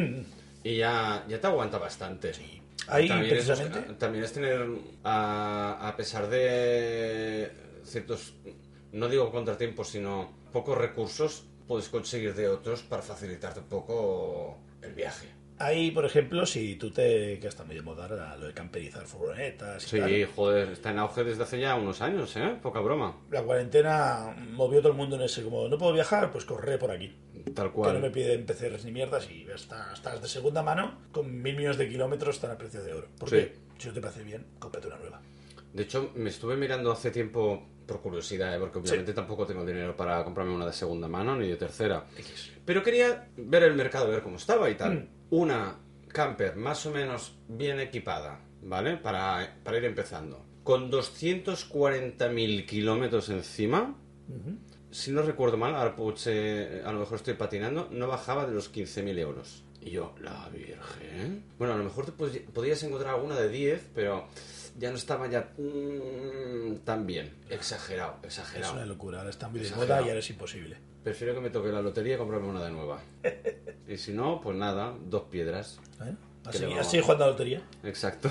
S1: y ya, ya te aguanta bastante.
S2: Mm. Sí. Ahí,
S1: también es,
S2: precisamente,
S1: busca- también es tener, a, a pesar de ciertos, no digo contratiempos, sino pocos recursos, puedes conseguir de otros para facilitarte un poco el viaje.
S2: Ahí, por ejemplo, si tú te. que está muy de moda ahora lo de camperizar furgonetas y
S1: Sí,
S2: tal.
S1: joder, está en auge desde hace ya unos años, ¿eh? Poca broma.
S2: La cuarentena movió todo el mundo en ese, como no puedo viajar, pues corré por aquí.
S1: Tal
S2: Que no me
S1: cual.
S2: piden PCRs ni mierdas y está- estás de segunda mano con mil millones de kilómetros están a precio de oro. Porque si no te parece bien, cómprate una nueva.
S1: De hecho, me estuve mirando hace tiempo por curiosidad, ¿eh? porque obviamente tampoco tengo dinero para comprarme una de segunda mano ni de tercera. Pero quería ver el mercado, ver cómo estaba y tal.
S2: Mm.
S1: Una camper más o menos bien equipada, ¿vale? Para, para ir empezando. Con 240.000 kilómetros encima,
S2: Ujú.
S1: si no recuerdo mal, ahora potser, eh, a lo mejor estoy patinando, no bajaba de los 15.000 euros. Y yo, la virgen. Bueno, a lo mejor te pod- podías encontrar alguna de 10, pero ya no estaba ya mm, tan bien. Exagerado,
S2: Es una
S1: exagerado.
S2: locura, ahora está muy de
S1: Exagerado.
S2: moda y ahora es imposible.
S1: Prefiero que me toque la lotería y comprarme una de [laughs] nueva. Y si no, pues nada, dos piedras.
S2: ¿Eh? Así,
S1: le vamos.
S2: así jugando a la lotería.
S1: Exacto.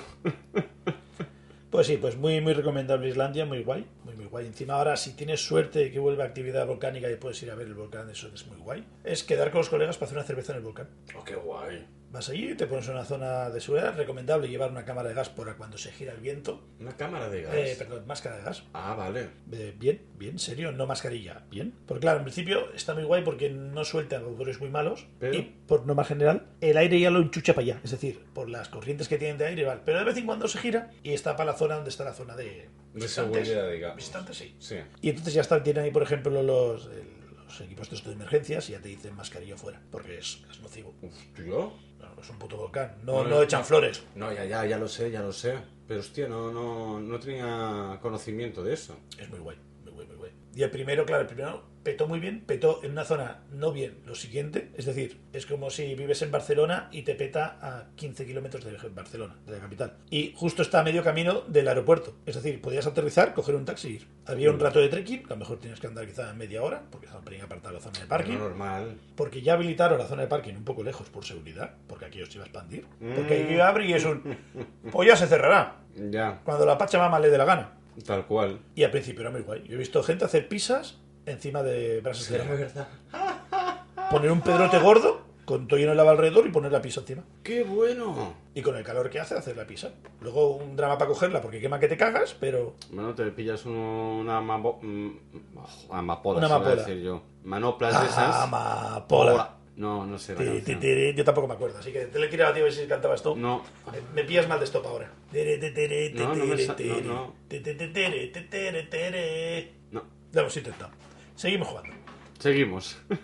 S2: Pues sí, pues muy, muy recomendable Islandia, muy guay, muy, muy guay. Encima ahora, si tienes suerte de que vuelva actividad volcánica y puedes ir a ver el volcán, eso que es muy guay, es quedar con los colegas para hacer una cerveza en el volcán.
S1: Oh, qué guay.
S2: Vas allí, te pones en una zona de seguridad, recomendable llevar una cámara de gas para cuando se gira el viento,
S1: Una cámara de gas.
S2: eh, perdón, máscara de gas.
S1: Ah, vale.
S2: Eh, bien, bien, serio, no mascarilla, bien. Porque claro, en principio está muy guay porque no suelta autores muy malos
S1: Pero-
S2: y por norma general el aire ya lo enchucha para allá, es decir, por las corrientes que tienen de aire, vale. Pero de vez en cuando se gira y está para la zona donde está la zona de...
S1: De
S2: visitantes.
S1: seguridad, digamos.
S2: Visitantes, sí.
S1: Sí.
S2: Y entonces ya está, tienen ahí, por ejemplo, los, el- los equipos de estos de emergencias y ya te dicen mascarilla fuera, porque es, es nocivo.
S1: Hostia.
S2: No, es un puto volcán,
S1: No,
S2: no, no
S1: no.
S2: echan flores.
S1: No, ya, ya, ya lo sé, ya lo sé. Pero hostia, no, no, no tenía conocimiento de eso.
S2: Es muy guay, muy guay, muy guay. Y el primero, claro, el primero petó muy bien, petó en una zona no bien lo siguiente. Es decir, es como si vives en Barcelona y te peta a 15 kilómetros de Barcelona, de la capital. Y justo está a medio camino del aeropuerto. Es decir, podías aterrizar, coger un taxi e ir. Había un rato de trekking, que a lo mejor tienes que andar quizá media hora, porque está un pelín apartada la zona de parking.
S1: No normal.
S2: Porque ya habilitaron la zona de parking un poco lejos por seguridad, porque aquí os iba a expandir. Porque
S1: Mm.
S2: aquí abre y es un... Pues ya se cerrará,
S1: Ya,
S2: cuando la Pachamama le dé la gana.
S1: tal cual.
S2: Y al principio era muy guay. Yo he visto gente hacer pisas encima de brasas de leña.
S1: verdad.
S2: Poner un pedrote gordo con todo lleno de lava alrededor y poner la pisa encima.
S1: ¡Qué bueno!
S2: Y con el calor que hace, hacer la pisa. Luego un drama para cogerla porque quema que te cagas, pero
S1: Bueno, te pillas uno- una amabo- mm, oh, amapola,
S2: Una
S1: se iba a
S2: amapola.
S1: decir yo. Manoplas de esas.
S2: Ah, amapola.
S1: Hola. No, no sé la
S2: Tiri,
S1: canción.
S2: tiri, Yo tampoco me acuerdo, así que te le he tirado a ti a ver si cantabas tú.
S1: No,
S2: Me, me pillas mal de stop ahora. Tere, te, tere, te,
S1: No, no me
S2: tere,
S1: sa- no,
S2: tere.
S1: no.
S2: Te, te, te, tere, te, tere, tere.
S1: no.
S2: Lo hemos intentado. Seguimos jugando.
S1: Seguimos. [laughs]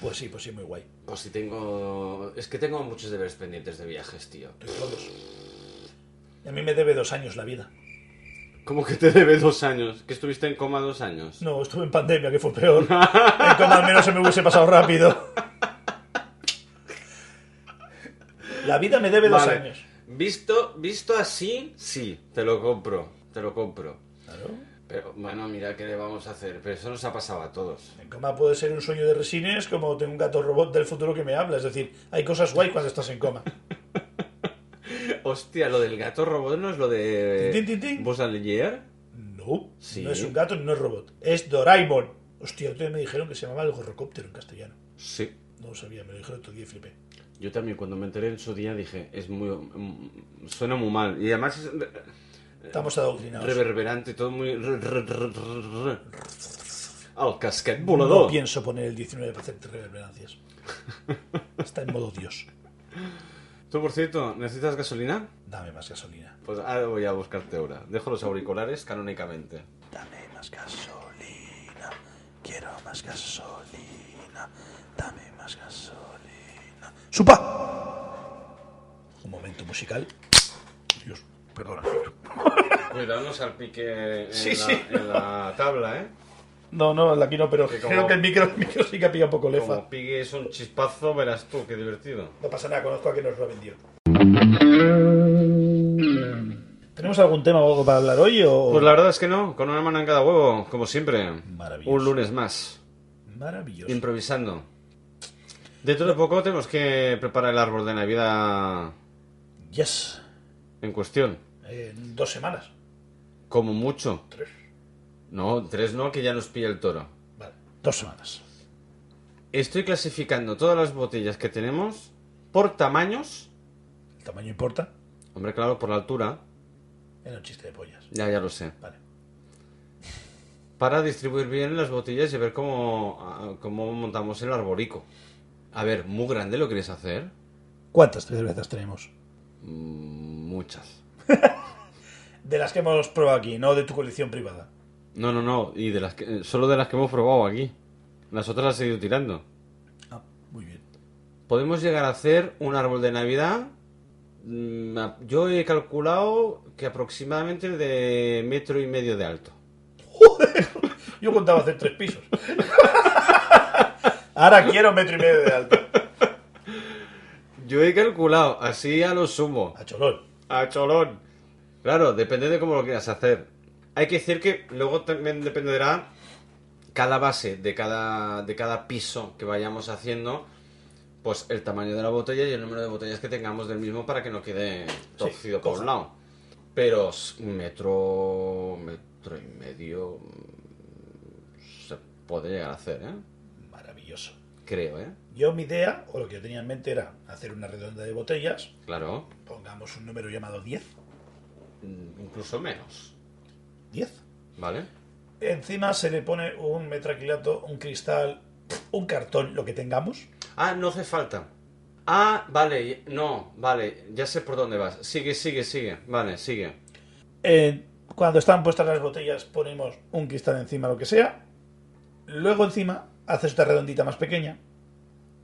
S2: Pues sí, pues sí, muy guay.
S1: Pues si tengo... Es que tengo muchos deberes pendientes de viajes, tío.
S2: Todos. A mí me debe dos años la vida.
S1: ¿Cómo que te debe dos años? ¿Que estuviste en coma dos años?
S2: No, estuve en pandemia, que fue peor. En coma al menos se me hubiese pasado rápido. La vida me debe dos
S1: Vale.
S2: años.
S1: Visto, visto así, sí, te lo compro, te lo compro.
S2: Claro.
S1: Pero bueno, mira qué le vamos a hacer. Pero eso nos ha pasado a todos.
S2: En coma puede ser un sueño de resines como tengo un gato robot del futuro que me habla. Es decir, hay cosas guay cuando estás en coma.
S1: Hostia, lo del gato robot no es lo de.
S2: Tin, tin, tin.
S1: ¿Vos Lightyear?
S2: No,
S1: Sí.
S2: no es un gato, no es robot. Es Doraemon. Hostia, otro día me dijeron que se llamaba el gorrocóptero en castellano.
S1: Sí.
S2: No lo sabía, me lo dijeron otro día y flipé.
S1: Yo también, cuando me enteré en su día, dije, es muy. mm, Suena muy mal. Y además es re-
S2: Estamos adoctrinados.
S1: reverberante, todo muy. re- re- re- re- re. Al casquet
S2: no
S1: volador.
S2: pienso poner el 19 para hacerte reverberancias. Está en modo Dios.
S1: Tú, por cierto, ¿necesitas gasolina?
S2: Dame más gasolina.
S1: Pues ahora voy a buscarte ahora. Dejo los auriculares canónicamente.
S2: Dame más gasolina. Quiero más gasolina. Dame más gasolina. ¡Supa! Un momento musical. Dios, perdona.
S1: Cuidado, no salpique en,
S2: Sí,
S1: la,
S2: sí.
S1: en la tabla, ¿eh?
S2: No, no, la aquí no, pero
S1: Que como-
S2: creo que el micro, el micro sí que ha pillado un poco lefa.
S1: Como pigues un chispazo, verás tú, qué divertido.
S2: No pasa nada, conozco a quien nos lo vendió. ¿Tenemos algún tema o algo para hablar hoy? O...
S1: Pues la verdad es que no, con una mano en cada huevo, como siempre.
S2: Maravilloso.
S1: Un lunes más,
S2: Maravilloso.
S1: improvisando. Dentro de poco tenemos que preparar el árbol de Navidad
S2: Yes.
S1: en cuestión.
S2: En dos semanas.
S1: Como mucho.
S2: Tres.
S1: No, tres no, que ya nos pilla el toro.
S2: Vale. Dos semanas.
S1: Estoy clasificando todas las botellas que tenemos por tamaños.
S2: El tamaño importa.
S1: Hombre, claro, por la altura.
S2: Era un chiste de pollas.
S1: Ya, ya lo sé.
S2: Vale.
S1: para distribuir bien las botellas y ver cómo, ah, cómo montamos el arborico. A ver, muy grande lo quieres hacer.
S2: ¿Cuántas cervezas tenemos?
S1: Mm, Muchas.
S2: De las que hemos probado aquí, no de tu colección privada.
S1: No, no, no. Y de las que, eh, solo de las que hemos probado aquí. Las otras las he ido tirando.
S2: Ah, muy bien.
S1: Podemos llegar a hacer un árbol de Navidad. mm, a- Yo he calculado que aproximadamente de metro y medio de alto.
S2: Yo contaba hacer tres pisos. [laughs] Ahora quiero metro y medio de alto.
S1: Yo he calculado así a lo sumo.
S2: A cholón.
S1: A cholón. Claro, depende de cómo lo quieras hacer. Hay que decir que luego también dependerá cada base de cada, de cada piso que vayamos haciendo, pues el tamaño de la botella y el número de botellas que tengamos del mismo para que no quede torcido por
S2: cojo.
S1: un lado. Pero s- metro, metro y medio mm, se puede llegar a hacer, ¿eh?
S2: Maravilloso.
S1: Creo, ¿eh?
S2: Yo mi idea, o lo que yo tenía en mente, era hacer una redonda de botellas,
S1: Claro.
S2: pongamos un número llamado 10.
S1: Mm, Incluso menos.
S2: 10.
S1: ¿Vale?
S2: Encima se le pone un metraquilato, un cristal, un cartón, lo que tengamos.
S1: Ah, no hace falta. Ah, vale, no, vale, ya sé por dónde vas. Sigue, sigue, sigue. Vale, sigue.
S2: Eh, cuando están puestas las botellas ponemos un cristal encima, lo que sea. Luego encima haces otra redondita más pequeña.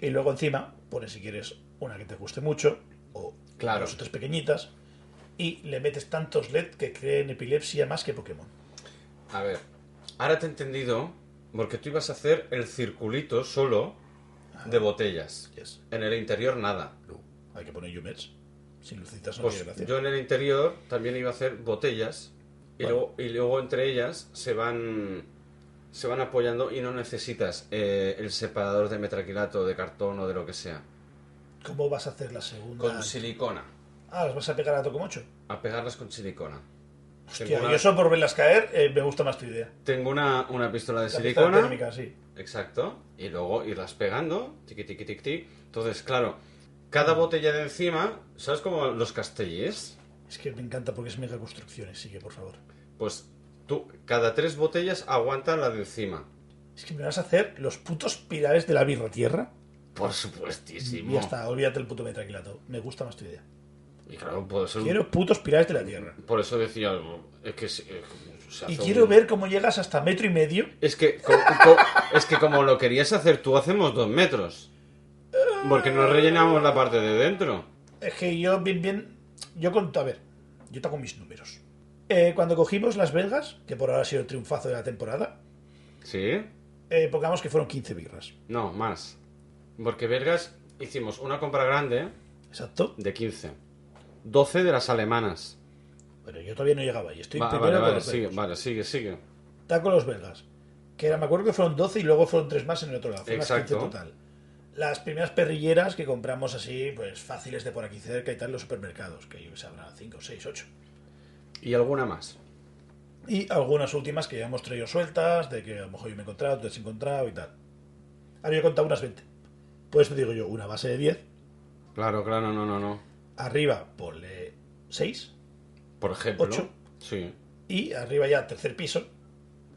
S2: Y luego encima pones, si quieres, una que te guste mucho. O
S1: Claro.
S2: dos o tres pequeñitas. Y le metes tantos LED que creen epilepsia más que Pokémon.
S1: A ver, ahora te he entendido porque tú ibas a hacer el circulito solo de botellas.
S2: Ah, Yes.
S1: En el interior nada.
S2: No, hay que poner Yumets. Sin lucitas no
S1: Pues
S2: tiene gracia.
S1: yo en el interior también iba a hacer botellas y,
S2: Vale.
S1: luego, y luego entre ellas se van se van apoyando y no necesitas eh, el separador de metraquilato, de cartón o de lo que sea.
S2: ¿Cómo vas a hacer la segunda?
S1: Con silicona.
S2: Ah, las vas a pegar a Tocomocho.
S1: A pegarlas con silicona.
S2: Hostia,
S1: Tengo una-
S2: yo solo por verlas caer eh, me gusta más tu idea.
S1: Tengo una, una pistola de
S2: La pistola
S1: silicona.
S2: térmica, sí.
S1: Exacto. Y luego irlas pegando. Tiqui, tiqui, tiqui, tiqui. Entonces, claro, cada botella de encima, ¿sabes como los castellers?
S2: Es que me encanta porque es mega construcciones, sigue, por favor.
S1: Pues tú, cada tres botellas aguanta la de encima.
S2: Es que me vas a hacer los putos pilares de la birra tierra.
S1: Por
S2: Y
S1: supuestísimo.
S2: ya está, olvídate el puto metraquilato. Me gusta más tu idea.
S1: Y claro, puedo ser un-
S2: Quiero putos pilares de la tierra.
S1: Por eso decía, es que... se- es que se
S2: Y
S1: hace
S2: quiero
S1: un-
S2: ver cómo llegas hasta metro y medio.
S1: Es que, co- co- es que como lo querías hacer tú, hacemos dos metros. Porque no rellenamos la parte de dentro.
S2: Es que yo bien, bien. Yo conto, a ver, yo toco mis números. Eh, cuando cogimos las belgas, que por ahora ha sido el triunfazo de la temporada,
S1: ¿Sí?
S2: eh, pongamos que fueron 15 birras.
S1: No, más. Porque Vergas hicimos una compra grande
S2: Exacto.
S1: de 15. 12 de las alemanas.
S2: Bueno, yo todavía no llegaba y estoy
S1: Va-
S2: primero
S1: vale,
S2: con
S1: vale,
S2: los
S1: sigue,
S2: belgas.
S1: vale, sigue, sigue.
S2: Taco Los Vegas. Que era, me acuerdo que fueron 12 y luego fueron 3 más en el otro lado. Fueron las 15
S1: Exacto.
S2: total. Las primeras perrilleras que compramos así, pues fáciles de por aquí cerca y tal, los supermercados, que yo que sé, habrá 5, 6, 8.
S1: Y alguna más.
S2: Y algunas últimas que ya hemos traído sueltas, de que a lo mejor yo me he encontrado, tú te has encontrado y tal. Había contado unas 20. Pues digo yo, una base de 10.
S1: Claro, claro, no, no, no.
S2: Arriba, ponle 6.
S1: Por ejemplo.
S2: Ocho.
S1: Sí.
S2: Y arriba ya, tercer piso.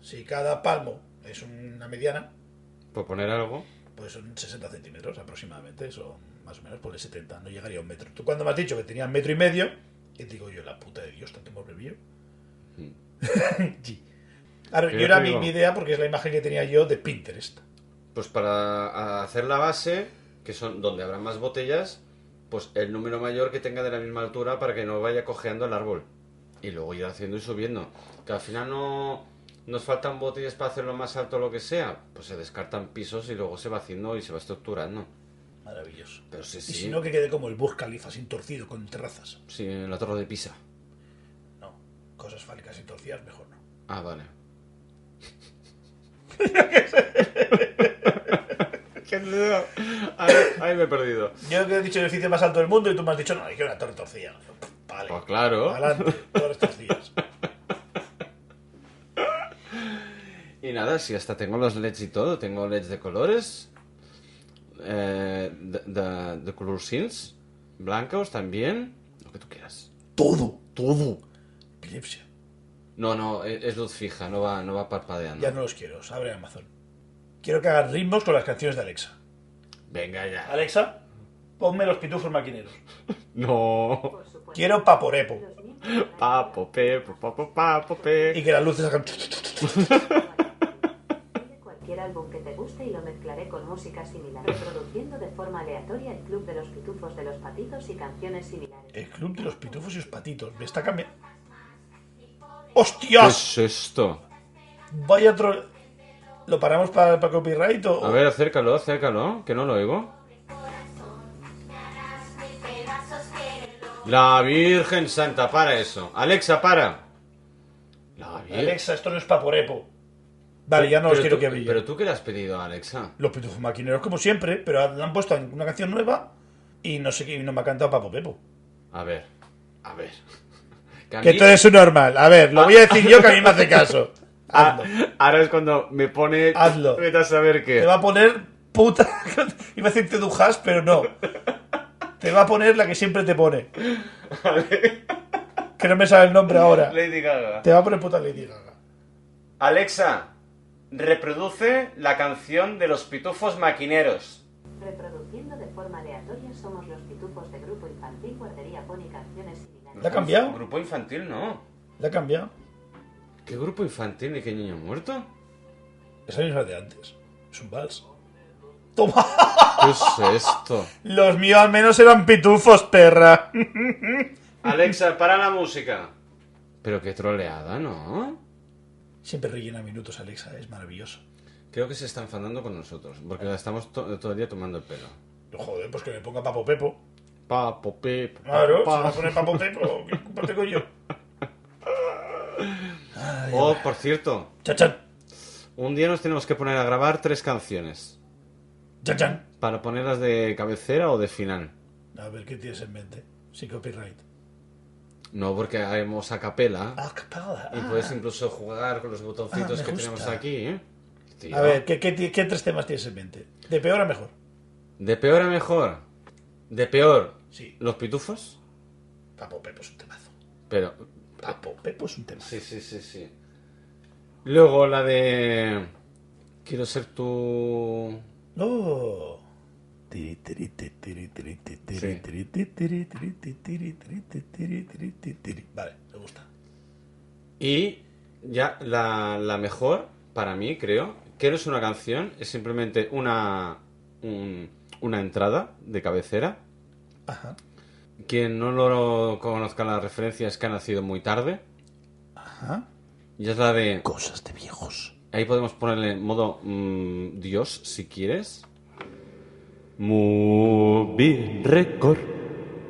S2: Si cada palmo es una mediana,
S1: Por poner algo.
S2: pues son 60 centímetros aproximadamente. Son más o menos, ponle 70. No llegaría a un metro. Tú cuando me has dicho que tenía metro y medio, y digo yo, la puta de Dios, tanto hemos vivido.
S1: Hmm.
S2: [laughs] Sí. Ahora,
S1: Yo
S2: yo era
S1: te
S2: mi,
S1: digo-
S2: mi idea porque es la imagen que tenía yo de Pinterest.
S1: Pues para hacer la base, que son donde habrá más botellas, pues el número mayor que tenga de la misma altura para que no vaya cojeando el árbol. Y luego ir haciendo y subiendo. Que al final no nos faltan botellas para hacerlo más alto o lo que sea. Pues se descartan pisos y luego se va haciendo y se va estructurando.
S2: Maravilloso.
S1: Pero sí, sí.
S2: Y si no, que quede como el Burj Khalifa sin torcido, con terrazas.
S1: Sí, en la torre de Pisa.
S2: No, cosas fálicas y torcidas, mejor no.
S1: Ah, vale. ahí, ahí me he perdido.
S2: Yo que he dicho el edificio más alto del mundo y tú me has dicho, no, hay que una torre torcida. Yo, pff, Vale.
S1: Pues claro.
S2: Adelante, torres
S1: [laughs]
S2: torcidas.
S1: Y nada, si hasta tengo los LEDs y todo, tengo LEDs de colores, eh, de, de, de color sins, blancos también, lo que tú quieras.
S2: Todo, todo. Epilepsia.
S1: No, no, e- es luz fija, no va, no va parpadeando.
S2: Ya no los quiero, os abre Amazon. Quiero que hagas ritmos con las canciones de Alexa.
S1: Venga ya.
S2: Alexa, ponme los pitufos maquineros.
S1: No.
S3: Por supuesto.
S2: Quiero paporepo.
S3: 2000.
S1: Papo, pe, papo, papo,
S2: Y
S1: pe.
S2: que las luces hagan... [laughs]
S3: Pide cualquier álbum que te guste y lo mezclaré con música similar, reproduciendo de forma aleatoria el club de los pitufos de los patitos y canciones similares.
S2: El club de los pitufos y los patitos. Me está cambiando...
S1: ¿Qué
S2: ¡Hostias!
S1: es esto? Pues-
S2: Vaya troll... ¿Lo paramos para, para copyright o...?
S1: A ver, acércalo, acércalo, que no lo oigo. La Virgen Santa, para eso. Alexa, para. La Virgen.
S2: Alexa, esto no es paporepo. Vale, ya no los
S1: ¿eh? Pero
S2: quiero
S1: tú-
S2: que brille.
S1: Pero tú que le has pedido a Alexa.
S2: Los pitufos maquineros como siempre, pero han han puesto una canción nueva y no sé qué, y no me ha cantado Papo Pepo.
S1: A ver, a ver. [laughs] Que a
S2: Que
S1: mí-
S2: tú
S1: [laughs]
S2: eres un normal. A ver, lo voy a decir yo que a mí me hace [laughs] caso.
S1: Ah,
S2: Hazlo.
S1: ahora es cuando me pone.
S2: Hazlo.
S1: [laughs] Vete a saber qué.
S2: Te va a poner puta. [laughs] Iba a decirte dujas, pero no. Te va a poner la que siempre te pone. Que no me sale el nombre ahora.
S1: Lady Gaga.
S2: Te va a poner puta Lady Gaga.
S1: Alexa, reproduce la canción de los pitufos maquineros.
S3: Reproduciendo de forma aleatoria somos los pitufos de grupo infantil, guardería pony, canciones similares.
S2: ¿La ha cambiado?
S1: Grupo infantil, no.
S2: ¿La ha cambiado?
S1: ¿Qué grupo infantil ni qué niño muerto?
S2: Esa misma de antes. Es un vals. Toma.
S1: ¿Qué es esto?
S2: Los míos al menos eran pitufos, perra.
S1: [laughs]
S2: [laughs]
S1: Alexa, para la música. Pero qué troleada, ¿no?
S2: Siempre rellena minutos, Alexa. Es maravilloso.
S1: Creo que se está enfadando con nosotros, porque la estamos to- todo el día tomando el pelo.
S2: Joder, pues que me ponga Papo Pepo.
S1: Papo, pepo,
S2: Claro,
S1: pa,
S2: se va a
S1: pa.
S2: poner Papo Pepo. ¿Qué culpa tengo yo?
S1: Oh, por cierto,
S2: Chachan,
S1: un día nos tenemos que poner a grabar tres canciones
S2: chachan.
S1: para ponerlas de cabecera o de final.
S2: A ver, ¿qué tienes en mente? Sin copyright.
S1: No, porque haremos a capela
S2: Ah, capala.
S1: y
S2: ah.
S1: puedes incluso jugar con los botoncitos
S2: Ah, me
S1: que
S2: gusta.
S1: tenemos aquí. ¿eh? Tío.
S2: A ver, ¿qué, qué, ti- qué tres temas tienes en mente? ¿De peor a mejor?
S1: De peor a mejor. De peor,
S2: Sí.
S1: los pitufos.
S2: Papo Pepo es un temazo.
S1: Pero.
S2: Papo Pepo es un temazo.
S1: Sí, sí, sí, sí. Luego la de. Quiero ser tu.
S2: No. Tiri, tiri, ti, tiri, tiri, ti, tiri,
S1: Sí.
S2: tiri, ti, tiri, tiri, ti, tiri, tiri, ti, tiri, tiri, ti, tiri. Vale, me gusta.
S1: Y ya la, la mejor, para mí, creo, que no es una canción, es simplemente una, un- una entrada de cabecera.
S2: Ajá.
S1: Quien no lo conozca la referencia es que ha nacido muy tarde.
S2: Ajá.
S1: Y es la de...
S2: Cosas de viejos.
S1: Ahí podemos ponerle modo mm, Dios, si quieres. Movie Record.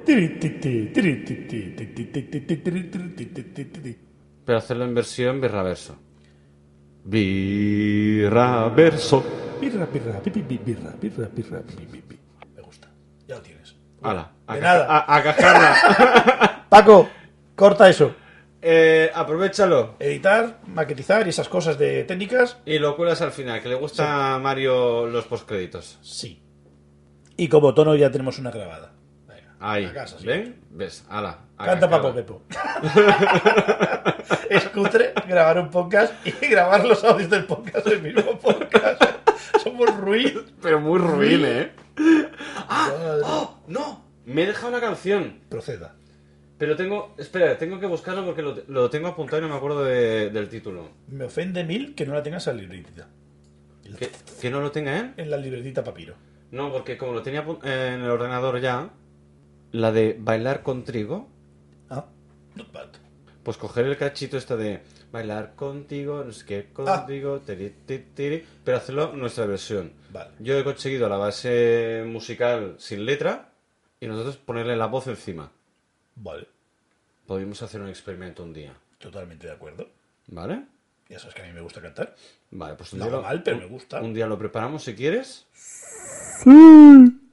S2: Tiri, ti, ti, tiri, ti, ti, ti, ti, ti, ti, ti, tiri, tiri, ti, ti, ti, ti, ti.
S1: Pero hacerlo en versión birraverso. Birra verso.
S2: Pirra, pirra, pi, pi, pi, pirra, pirra, pirra, pi, pi, pi. Me gusta. Ya lo tienes.
S1: Ala, a,
S2: De
S1: ca-
S2: nada.
S1: a- a cascarla.
S2: Paco, corta eso.
S1: Eh, aprovechalo.
S2: Editar, maquetizar y esas cosas de técnicas,
S1: Y lo cuelas al final, que le gusta a Mario los postcréditos.
S2: sí. Y como tono ya tenemos una grabada. Venga,
S1: Ahí.
S2: a casa, sí.
S1: ¿Ven? ¿Ves? Ala. a
S2: Canta
S1: cascarla.
S2: Papo Pepo. [laughs] es cutre grabar un podcast y grabar los audios del podcast del mismo podcast. Somos ruiz.
S1: Pero muy ruin, ¿eh?
S2: Madre.
S1: ¡Oh! ¡No! Me he dejado una canción.
S2: Proceda.
S1: Pero tengo. Espera, tengo que buscarlo porque lo, lo tengo apuntado y no me acuerdo de- del título.
S2: Me ofende mil que no la tengas en la libretita.
S1: ¿Que, que no lo tenga él?
S2: En la libretita papiro.
S1: No, porque como lo tenía apun- eh, en el ordenador ya, la de bailar con trigo,
S2: Ah, not bad.
S1: pues coger el cachito esta de bailar contigo, no sé
S2: Ah.
S1: qué, contigo, tiri, tiri, tiri, pero hacerlo nuestra versión.
S2: Vale.
S1: Yo he conseguido la base musical sin letra y nosotros ponerle la voz encima.
S2: Vale.
S1: Podríamos hacer un experimento un día,
S2: Totalmente de acuerdo.
S1: ¿vale?
S2: Ya sabes que a mí me gusta cantar.
S1: Vale, pues un
S2: No
S1: día
S2: hago
S1: lo-
S2: mal, pero
S1: un-
S2: me gusta.
S1: Un día lo preparamos si quieres.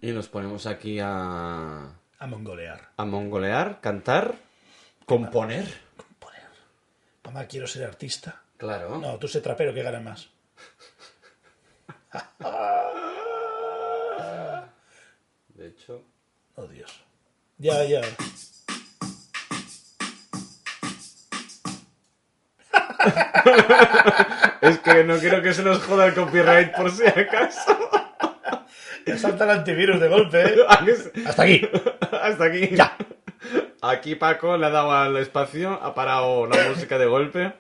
S1: Y nos ponemos aquí a,
S2: A mongolear.
S1: a mongolear, cantar, componer.
S2: Poner. Mamá, quiero ser artista.
S1: Claro.
S2: No, tú sé trapero que gana más.
S1: De hecho,
S2: Oh, Dios. Ya, ya.
S1: es que no quiero que se nos joda el copyright por si acaso. [laughs]
S2: Ya salta el antivirus de golpe, ¿eh? Hasta aquí.
S1: [laughs] Hasta aquí.
S2: Ya.
S1: Aquí Paco le ha dado al espacio, ha parado la música de golpe.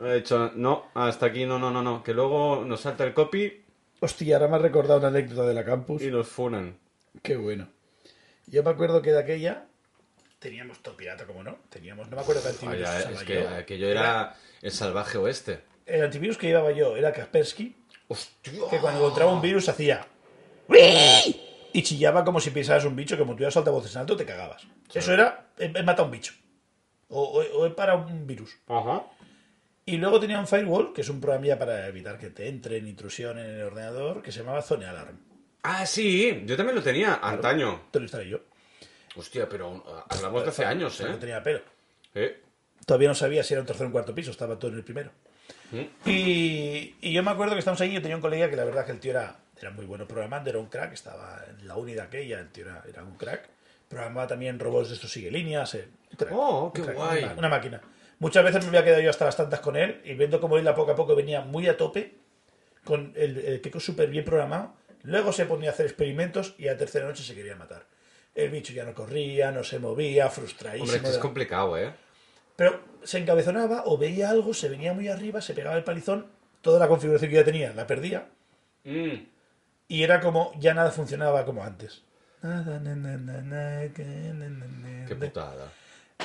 S1: Ha dicho, no, hasta aquí, no, no, no, no. Que luego nos salta el copy
S2: Hostia, ahora me has recordado una anécdota de la campus.
S1: y nos funan.
S2: Qué bueno. Yo me acuerdo que de aquella teníamos todo pirata, como no. Teníamos, no me acuerdo qué
S1: Ay,
S2: antivirus
S1: ay,
S2: usaba
S1: Ah, es que
S2: yo.
S1: aquello era el salvaje oeste.
S2: El antivirus que llevaba yo era Kaspersky,
S1: ¡Hostia!
S2: que cuando encontraba un virus hacía y chillaba como si pisaras un bicho, que como tuvieras altavoces en alto te cagabas. Eso era, he, he matado un bicho. O, o- o he parado un virus.
S1: Ajá.
S2: Y luego tenía un firewall, que es un programilla para evitar que te entren intrusiones en el ordenador, que se llamaba Zone Alarm.
S1: Ah, sí, yo también lo tenía, antaño.
S2: Te lo instalé yo.
S1: Hostia, pero ah, hablamos de hace años,
S2: No
S1: ¿eh?
S2: tenía pelo.
S1: ¿Eh?
S2: Todavía no sabía si era un tercer o un cuarto piso, estaba todo en el primero.
S1: Mm.
S2: Y, y yo me acuerdo que estábamos ahí, yo tenía un colega que la verdad que el tío era, era muy bueno programando, era un crack, estaba en la unidad aquella, el tío era, era un crack. Programaba también robots de estos sigue líneas. eh, un crack,
S1: Oh,
S2: un
S1: qué
S2: crack,
S1: guay.
S2: Una, una máquina. Muchas veces me había quedado yo hasta las tantas con él y viendo cómo él a poco a poco venía muy a tope con el, el Keiko súper bien programado. Luego se ponía a hacer experimentos y a tercera noche se quería matar. El bicho ya no corría, no se movía, frustradísimo.
S1: Hombre, es que es
S2: era-
S1: complicado, ¿eh?
S2: pero se encabezonaba o veía algo, se venía muy arriba, se pegaba el palizón, toda la configuración que ya tenía la perdía
S1: Mm.
S2: y era como ya nada funcionaba como antes. Nada, na, na, na, na, que, na, na, na,
S1: Qué
S2: na.
S1: putada.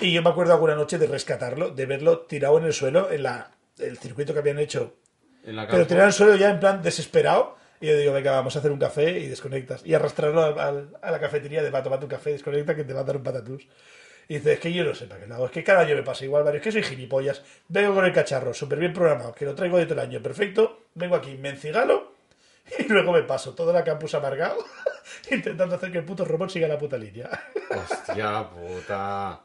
S2: Y yo me acuerdo alguna noche de rescatarlo, de verlo tirado en el suelo, en la, el circuito que habían hecho.
S1: En la
S2: Pero
S1: campo-
S2: tirado en el suelo ya en plan desesperado. Y yo digo, venga, vamos a hacer un café y desconectas. Y arrastrarlo al- al- a la cafetería de va, toma tu café, desconecta que te va a dar un patatús. Y dices, es que yo no sé para qué lo hago, es que cada año me pasa igual, Mario, es que soy gilipollas, vengo con el cacharro, súper bien programado, que lo traigo de todo el año, perfecto, vengo aquí, me encigalo [laughs] y luego me paso toda la campus amargado [laughs] intentando hacer que el puto robot siga la puta línea. [laughs]
S1: Hostia puta.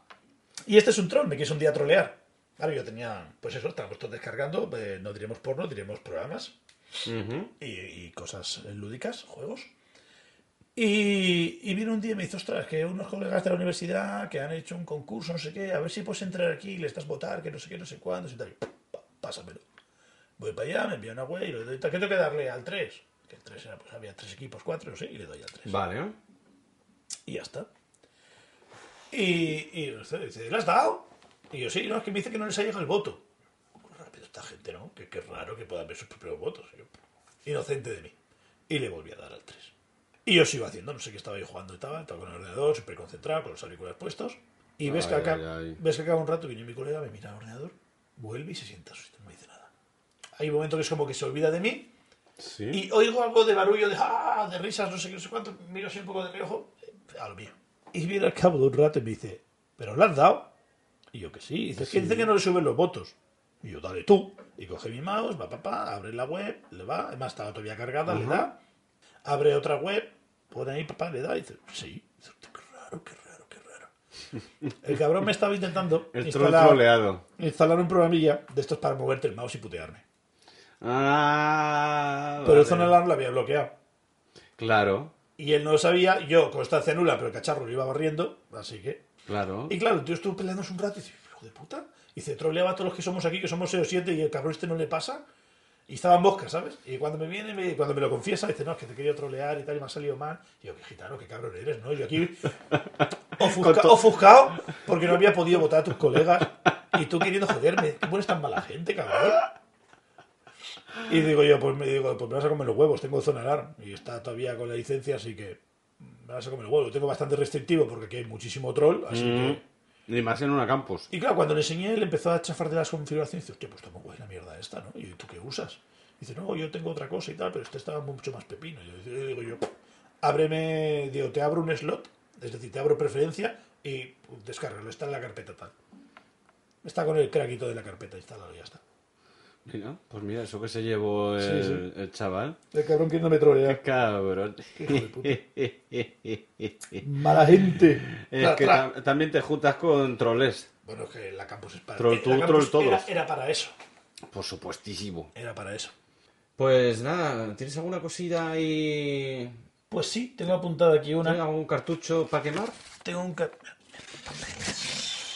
S2: Y este es un troll, me quiso un día trolear. Claro, yo tenía, pues eso, estábamos todos descargando, eh, no diremos porno, diremos programas,
S1: Ujú.
S2: y, y cosas lúdicas, juegos. Y, y vino un día y me dice, ostras, que unos colegas de la universidad que han hecho un concurso, no sé qué, a ver si puedes entrar aquí y le estás votar, que no sé qué, no sé cuándo, y tal. Y, pa- pásamelo. Voy para allá, me envía una web y le doy, tal, que tengo que darle al 3. Que el 3 era, pues había 3 equipos, 4, no sé, y le doy al 3.
S1: Vale, ¿eh?
S2: Y ya está. Y, y dice, ¿le has dado? Y yo, sí, no, es que me dice que no les ha llegado el voto. Qué Rápido esta gente, ¿no? Que qué raro que puedan ver sus propios votos. Y yo, inocente de mí. Y le volví a dar al 3. Y yo sigo haciendo, no sé qué estaba yo jugando, estaba, estaba con el ordenador, súper concentrado, con los auriculares puestos. Y ves, que
S1: Ay,
S2: acá,
S1: ay, ay.
S2: ves que acaba un rato, viene mi colega, me mira al ordenador, vuelve y se sienta, a su sitio, no me dice nada. Hay un momento que es como que se olvida de mí
S1: Sí.
S2: y oigo algo de barullo, de, ¡ah! de risas, no sé qué, no sé cuánto. Miro así un poco de reojo, eh, a lo mío. Y viene al cabo de un rato y me dice, ¿pero lo has dado? Y yo que sí. Dice, "Es que dice que no le suben los votos. Y yo, dale tú. Y coge mi mouse, va, papá, abre la web, le va. Además, estaba todavía cargada, le
S1: Ajá.
S2: da. Abre otra web, pone ahí, papá, le da. Y dice, sí. Dice, qué raro, qué raro, qué raro. El cabrón me estaba [laughs] intentando
S1: El troll
S2: instalar,
S1: troleado.
S2: instalar un programilla de estos para moverte el mouse y putearme.
S1: Ah,
S2: Pero el
S1: vale.
S2: Zone Alarm lo había bloqueado.
S1: Claro,
S2: Y él no lo sabía, yo, constancia nula, pero el cacharro lo iba barriendo, así que
S1: claro.
S2: Y claro, el tío estuvo peleándose un rato y dice, hijo de puta. Y dice, troleaba a todos los que somos aquí, que somos 6 o 7 y el cabrón este no le pasa. Y estaba en mosca, ¿sabes? Y cuando me viene, me- cuando me lo confiesa, dice, no, es que te quería trolear y tal, y me ha salido mal. Y yo, qué gitano, qué cabrón eres, ¿no?
S1: [laughs]
S2: Yo aquí ofusca-
S1: Con to-
S2: ofuscado porque no había podido votar a tus colegas. Y tú queriendo joderme, ¿qué pones tan mala gente, cabrón? Y digo yo, pues me digo, pues me vas a comer los huevos, tengo zona alarm. Y está todavía con la licencia, así que me vas a comer los huevos. Lo tengo bastante restrictivo porque aquí hay muchísimo troll, así que.
S1: Mm. Y más en una campus.
S2: Y claro, cuando le enseñé, le empezó a chafar de las configuraciones. Dice, hostia, pues está muy guay la mierda esta, ¿no? Y yo, ¿tú qué usas? Dice, no, yo tengo otra cosa y tal, pero este estaba mucho más pepino. Y yo, yo digo yo, ábreme, digo, te abro un slot, es decir, te abro preferencia y pum, descárgalo, está en la carpeta tal. Está con el craquito de la carpeta instalado y ya está.
S1: Mira, pues mira, eso que se llevó el,
S2: Sí,
S1: el chaval.
S2: El cabrón que no me trolea.
S1: Cabrón.
S2: Hijo de puta.
S1: [laughs] es
S2: Mala gente.
S1: [laughs]
S2: Tra,
S1: que
S2: tra.
S1: tam- también te juntas con troles.
S2: Bueno, es que la campus es para
S1: Troll
S2: la
S1: tú,
S2: campus
S1: troll
S2: era-
S1: todos.
S2: era para eso.
S1: Por supuestísimo.
S2: Era para eso.
S1: Pues nada, ¿tienes alguna cosita ahí?
S2: Pues sí, tengo apuntado aquí
S1: ¿Tienes
S2: una.
S1: algún cartucho para quemar?
S2: Tengo un ca-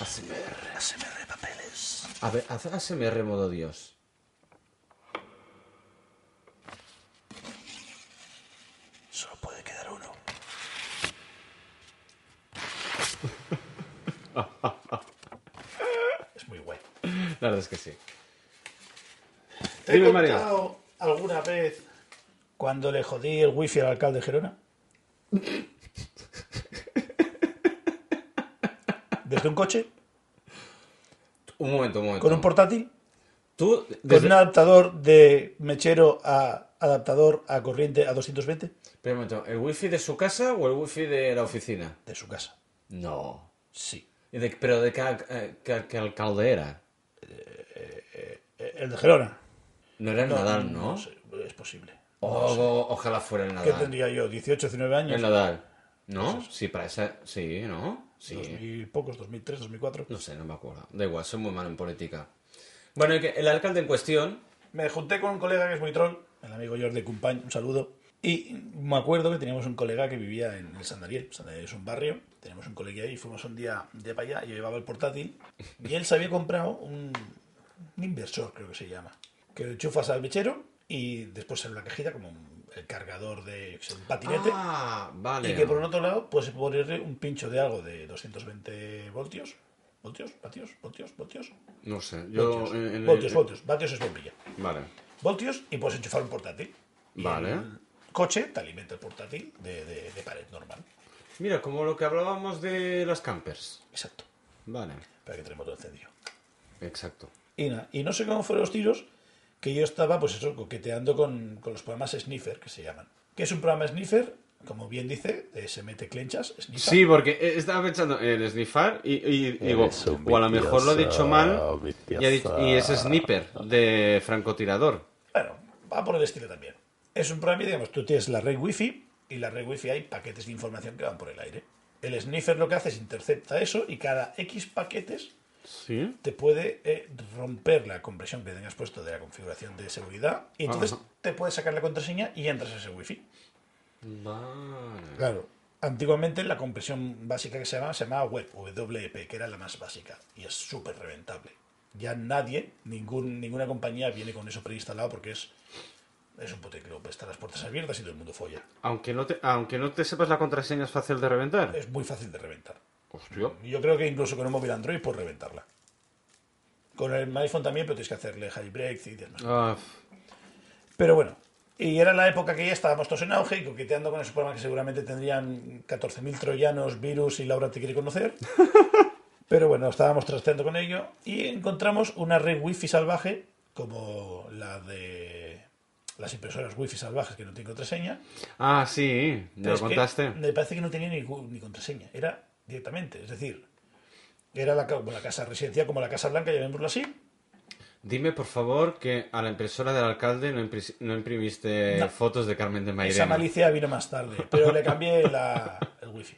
S1: ASMR.
S2: ASMR papeles.
S1: A ver, haz ASMR modo Dios.
S2: Solo puede quedar
S1: [laughs]
S2: uno. es muy guay.
S1: La verdad es que sí.
S2: ¿Te he
S1: Dime, María.
S2: contado alguna vez cuando le jodí el wifi al alcalde de
S1: [laughs]
S2: Gerona? ¿Desde un coche?
S1: Un momento, un momento.
S2: ¿Con un portátil?
S1: Tú,
S2: ¿Con
S1: desde-
S2: un adaptador de mechero a adaptador a corriente a 220?
S1: Espera un momento, ¿el wifi de su casa o el wifi de la oficina?
S2: De su casa.
S1: No.
S2: Sí.
S1: ¿Y de- ¿Pero de qué, al- eh, qué- qué alcalde era?
S2: Eh, El de Gerona.
S1: No era el Nadal, ¿no?
S2: sé, es posible.
S1: O- o- ojalá fuera el
S2: ¿Qué
S1: Nadal.
S2: tendría yo? ¿18, 19 años?
S1: El Nadal. ¿No? Sí, para esa... Sí, ¿no? Sí.
S2: 2000 pocos, 2003, 2004.
S1: No sé, no me acuerdo. Da igual, soy muy malo en política. Bueno, el, que- el alcalde en cuestión...
S2: Me junté con un colega que es muy troll, el amigo Jordi Cumpañ, un saludo. Y me acuerdo que teníamos un colega que vivía en el Sandariel. Sandariel es un barrio, tenemos un colega ahí, fuimos un día de para allá, yo llevaba el portátil y él se había comprado un, un inversor, creo que se llama, que lo enchufas al mechero y después en la cajita como un- el cargador de yo qué sé, un patinete.
S1: Ah, vale.
S2: Y que por un otro lado puedes ponerle un pincho de algo de 220 voltios. ¿Voltios? ¿Vatios? ¿Voltios? ¿Voltios?
S1: No sé, yo...
S2: Voltios,
S1: en- en-
S2: voltios, voltios. Vatios es bombilla.
S1: Vale.
S2: Voltios y puedes enchufar un portátil. Y
S1: Vale.
S2: el coche te alimenta el portátil de, de- de pared normal.
S1: Mira, como lo que hablábamos de las campers.
S2: Exacto.
S1: Vale,
S2: Para que tenemos todo encendido.
S1: exacto.
S2: Y, na- y no sé cómo fueron los tiros, que yo estaba, pues eso, coqueteando con, con los programas Sniffer, que se llaman. Que es un programa Sniffer, como bien dice, eh, se mete clenchas, sniffa.
S1: Sí, porque eh, estaba pensando en snifar y, y digo,
S4: Eres un
S1: o a lo mejor lo he dicho mal y,
S4: vicioso,
S1: ha dicho- y es
S4: vicioso.
S1: sniper de francotirador.
S2: Bueno, va por el estilo también. Es un programa, digamos, tú tienes la red wifi y la red wifi hay paquetes de información que van por el aire. El sniffer lo que hace es intercepta eso y cada X paquetes
S1: Sí.
S2: te puede eh, romper la compresión que tengas puesto de la configuración de seguridad y entonces
S1: Ajá.
S2: te puede sacar la contraseña y entras a ese wifi.
S1: Vale.
S2: Claro. Antiguamente la compresión básica que se llamaba se llamaba web, WP, que era la más básica y es súper reventable. Ya nadie, ningún, ninguna compañía viene con eso preinstalado porque es, es un puticlub, están las puertas abiertas y todo el mundo folla.
S1: Aunque no, te, aunque no te sepas la contraseña es fácil de reventar.
S2: Es muy fácil de reventar.
S1: Hostia.
S2: Yo creo que incluso con un móvil Android puedes reventarla. Con el iPhone también, pero tienes que hacerle jailbreak y demás.
S1: Ah,
S2: Pero bueno, y era la época que ya estábamos todos en auge y coqueteando con esos programas que seguramente tendrían 14.000 troyanos, virus y Laura te
S1: [laughs]
S2: quiere conocer. Pero bueno, estábamos trasteando con ello y encontramos una red wifi salvaje como la de las impresoras wifi salvajes que no tienen contraseña.
S1: ah, sí, me
S2: Pero
S1: lo
S2: es que
S1: contaste.
S2: Me parece que no tenía ni, gu- ni contraseña, era directamente, es decir, era la, ca- como la casa residencial, como la Casa Blanca, llamémoslo así,
S1: Dime, por favor, que a la impresora del alcalde no, impri- no imprimiste
S2: No.
S1: fotos de Carmen de
S2: Esa
S1: Mairena.
S2: malicia vino más tarde, pero le cambié la, el wifi.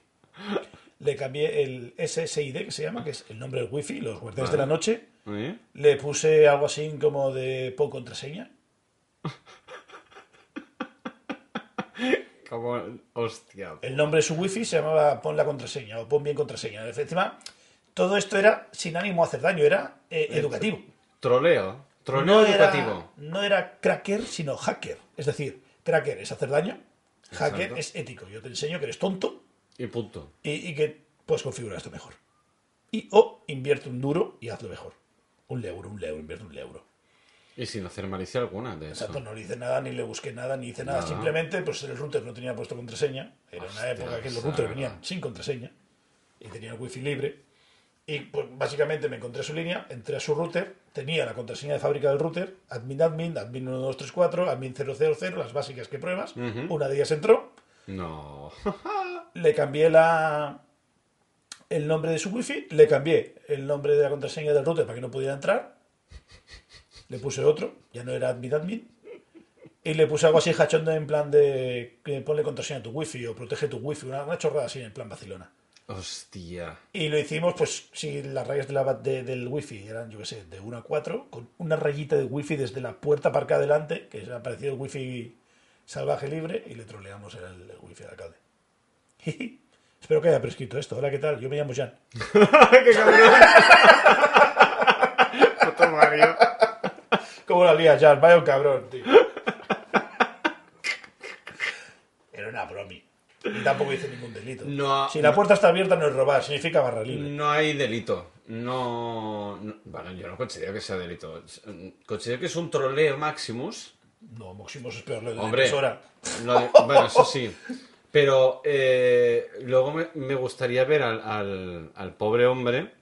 S2: Le cambié el SSID, que se llama, que es el nombre del wifi, los guardias de la noche.
S1: ¿Eh?
S2: Le puse algo así como de pon contraseña.
S1: Como- Hostia.
S2: El nombre de su wifi se llamaba pon la contraseña o pon bien contraseña. Encima, todo esto era sin ánimo a hacer daño, era eh, educativo.
S1: Troleo. Troleo
S2: no
S1: educativo.
S2: Era, no era cracker, sino hacker. Es decir, cracker es hacer daño, hacker
S1: Exacto.
S2: es ético. Yo te enseño que eres tonto
S1: Y punto.
S2: y, y que puedes configurar esto mejor. Y o invierte un duro y hazlo mejor. Un euro, un euro, invierte un euro.
S1: Y sin hacer malicia alguna de eso.
S2: Exacto, no le hice nada, ni le busqué nada, ni hice nada.
S1: Nada.
S2: Simplemente, pues el router no tenía puesto contraseña. Era una
S1: Hostia,
S2: época que los
S1: esa.
S2: routers venían sin contraseña. Y tenía el wifi libre. Y pues básicamente me encontré su línea, entré a su router, tenía la contraseña de fábrica del router, admin admin, admin 1234, admin 000, las básicas que pruebas.
S1: Ujú.
S2: Una de ellas entró,
S1: No. [laughs]
S2: le cambié la el nombre de su wifi, le cambié el nombre de la contraseña del router para que no pudiera entrar, le puse otro, ya no era admin admin, y le puse algo así cachondo en plan de que ponle contraseña a tu wifi o protege tu wifi, una, una chorrada así en el plan Barcelona.
S1: Hostia.
S2: Y lo hicimos, pues, si las rayas de la bat- de- del wifi eran, yo qué sé, de 1 a 4, con una rayita de wifi desde la puerta para acá adelante, que se ha parecido el wifi salvaje libre, y le troleamos el, el wifi al alcalde. [laughs] Espero que haya prescrito esto. Hola, ¿qué tal? Yo me llamo Jan.
S1: [laughs] ¡Qué cabrón! [laughs] Puto Mario.
S2: ¿Cómo la lías, Jan? Vaya un cabrón, tío. Era una bromi. Y tampoco hice ningún delito.
S1: No,
S2: si la
S1: no.
S2: puerta está abierta no es robar, significa barra libre.
S1: No hay delito. No, no- Bueno, yo no considero que sea delito. Considero que es un troleo maximus.
S2: No, Moximos es peor, lo de la
S1: Hombre.
S2: emisora.
S1: Lo de- bueno, eso sí. Pero eh, luego me, me gustaría ver al, al- al pobre hombre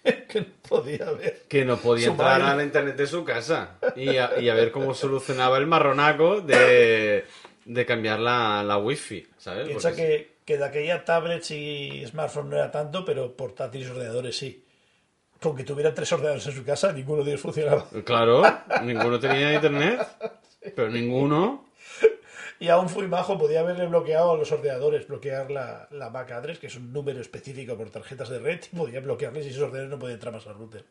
S2: [laughs] Que no podía ver.
S1: que no podía
S2: Su
S1: entrar
S2: madre.
S1: al internet de su casa y a, y a ver cómo solucionaba el marronaco de, de cambiar la, la wifi, ¿sabes?
S2: Piensa
S1: Porque
S2: que, que de aquella tablets y smartphone no era tanto, pero portátiles y ordenadores sí. Con que tuviera tres ordenadores en su casa, ninguno de ellos funcionaba. [laughs]
S1: Claro, ninguno tenía internet, pero ninguno.
S2: Y aún fui majo, podía haberle bloqueado a los ordenadores, bloquear la, la MAC address, que es un número específico por tarjetas de red, y podía bloquearles y esos ordenadores no podían entrar más al router.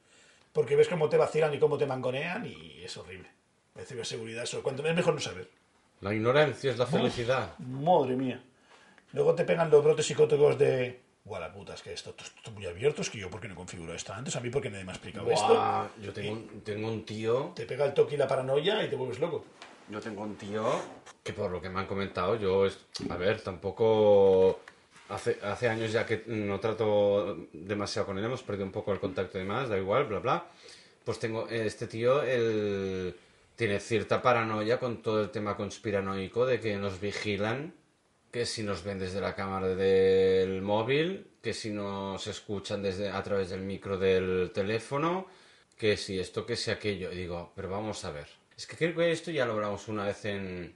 S2: Porque ves cómo te vacilan y cómo te mangonean y es horrible. De ciberseguridad, eso. Cuanto, es mejor no saber.
S1: La ignorancia es la felicidad.
S2: Madre mía. Luego te pegan los brotes psicóticos de. Buah, la puta, es que esto, esto está muy abierto, es que yo, ¿por qué no configuro esto antes? A mí, porque nadie me ha explicado
S1: Buah,
S2: esto?
S1: yo tengo, un- tengo un tío,
S2: Te pega el toque y la paranoia y te vuelves loco.
S1: yo tengo un tío que por lo que me han comentado, yo, es, a ver, tampoco hace, hace años ya que no trato demasiado con él, hemos perdido un poco el contacto y demás, da igual, bla, bla. Pues tengo, eh, este tío, él tiene cierta paranoia con todo el tema conspiranoico de que nos vigilan, que si nos ven desde la cámara del móvil, que si nos escuchan desde a través del micro del teléfono, que si esto, que si aquello. Y digo, pero vamos a ver. Es que creo que esto ya lo hablamos una vez en,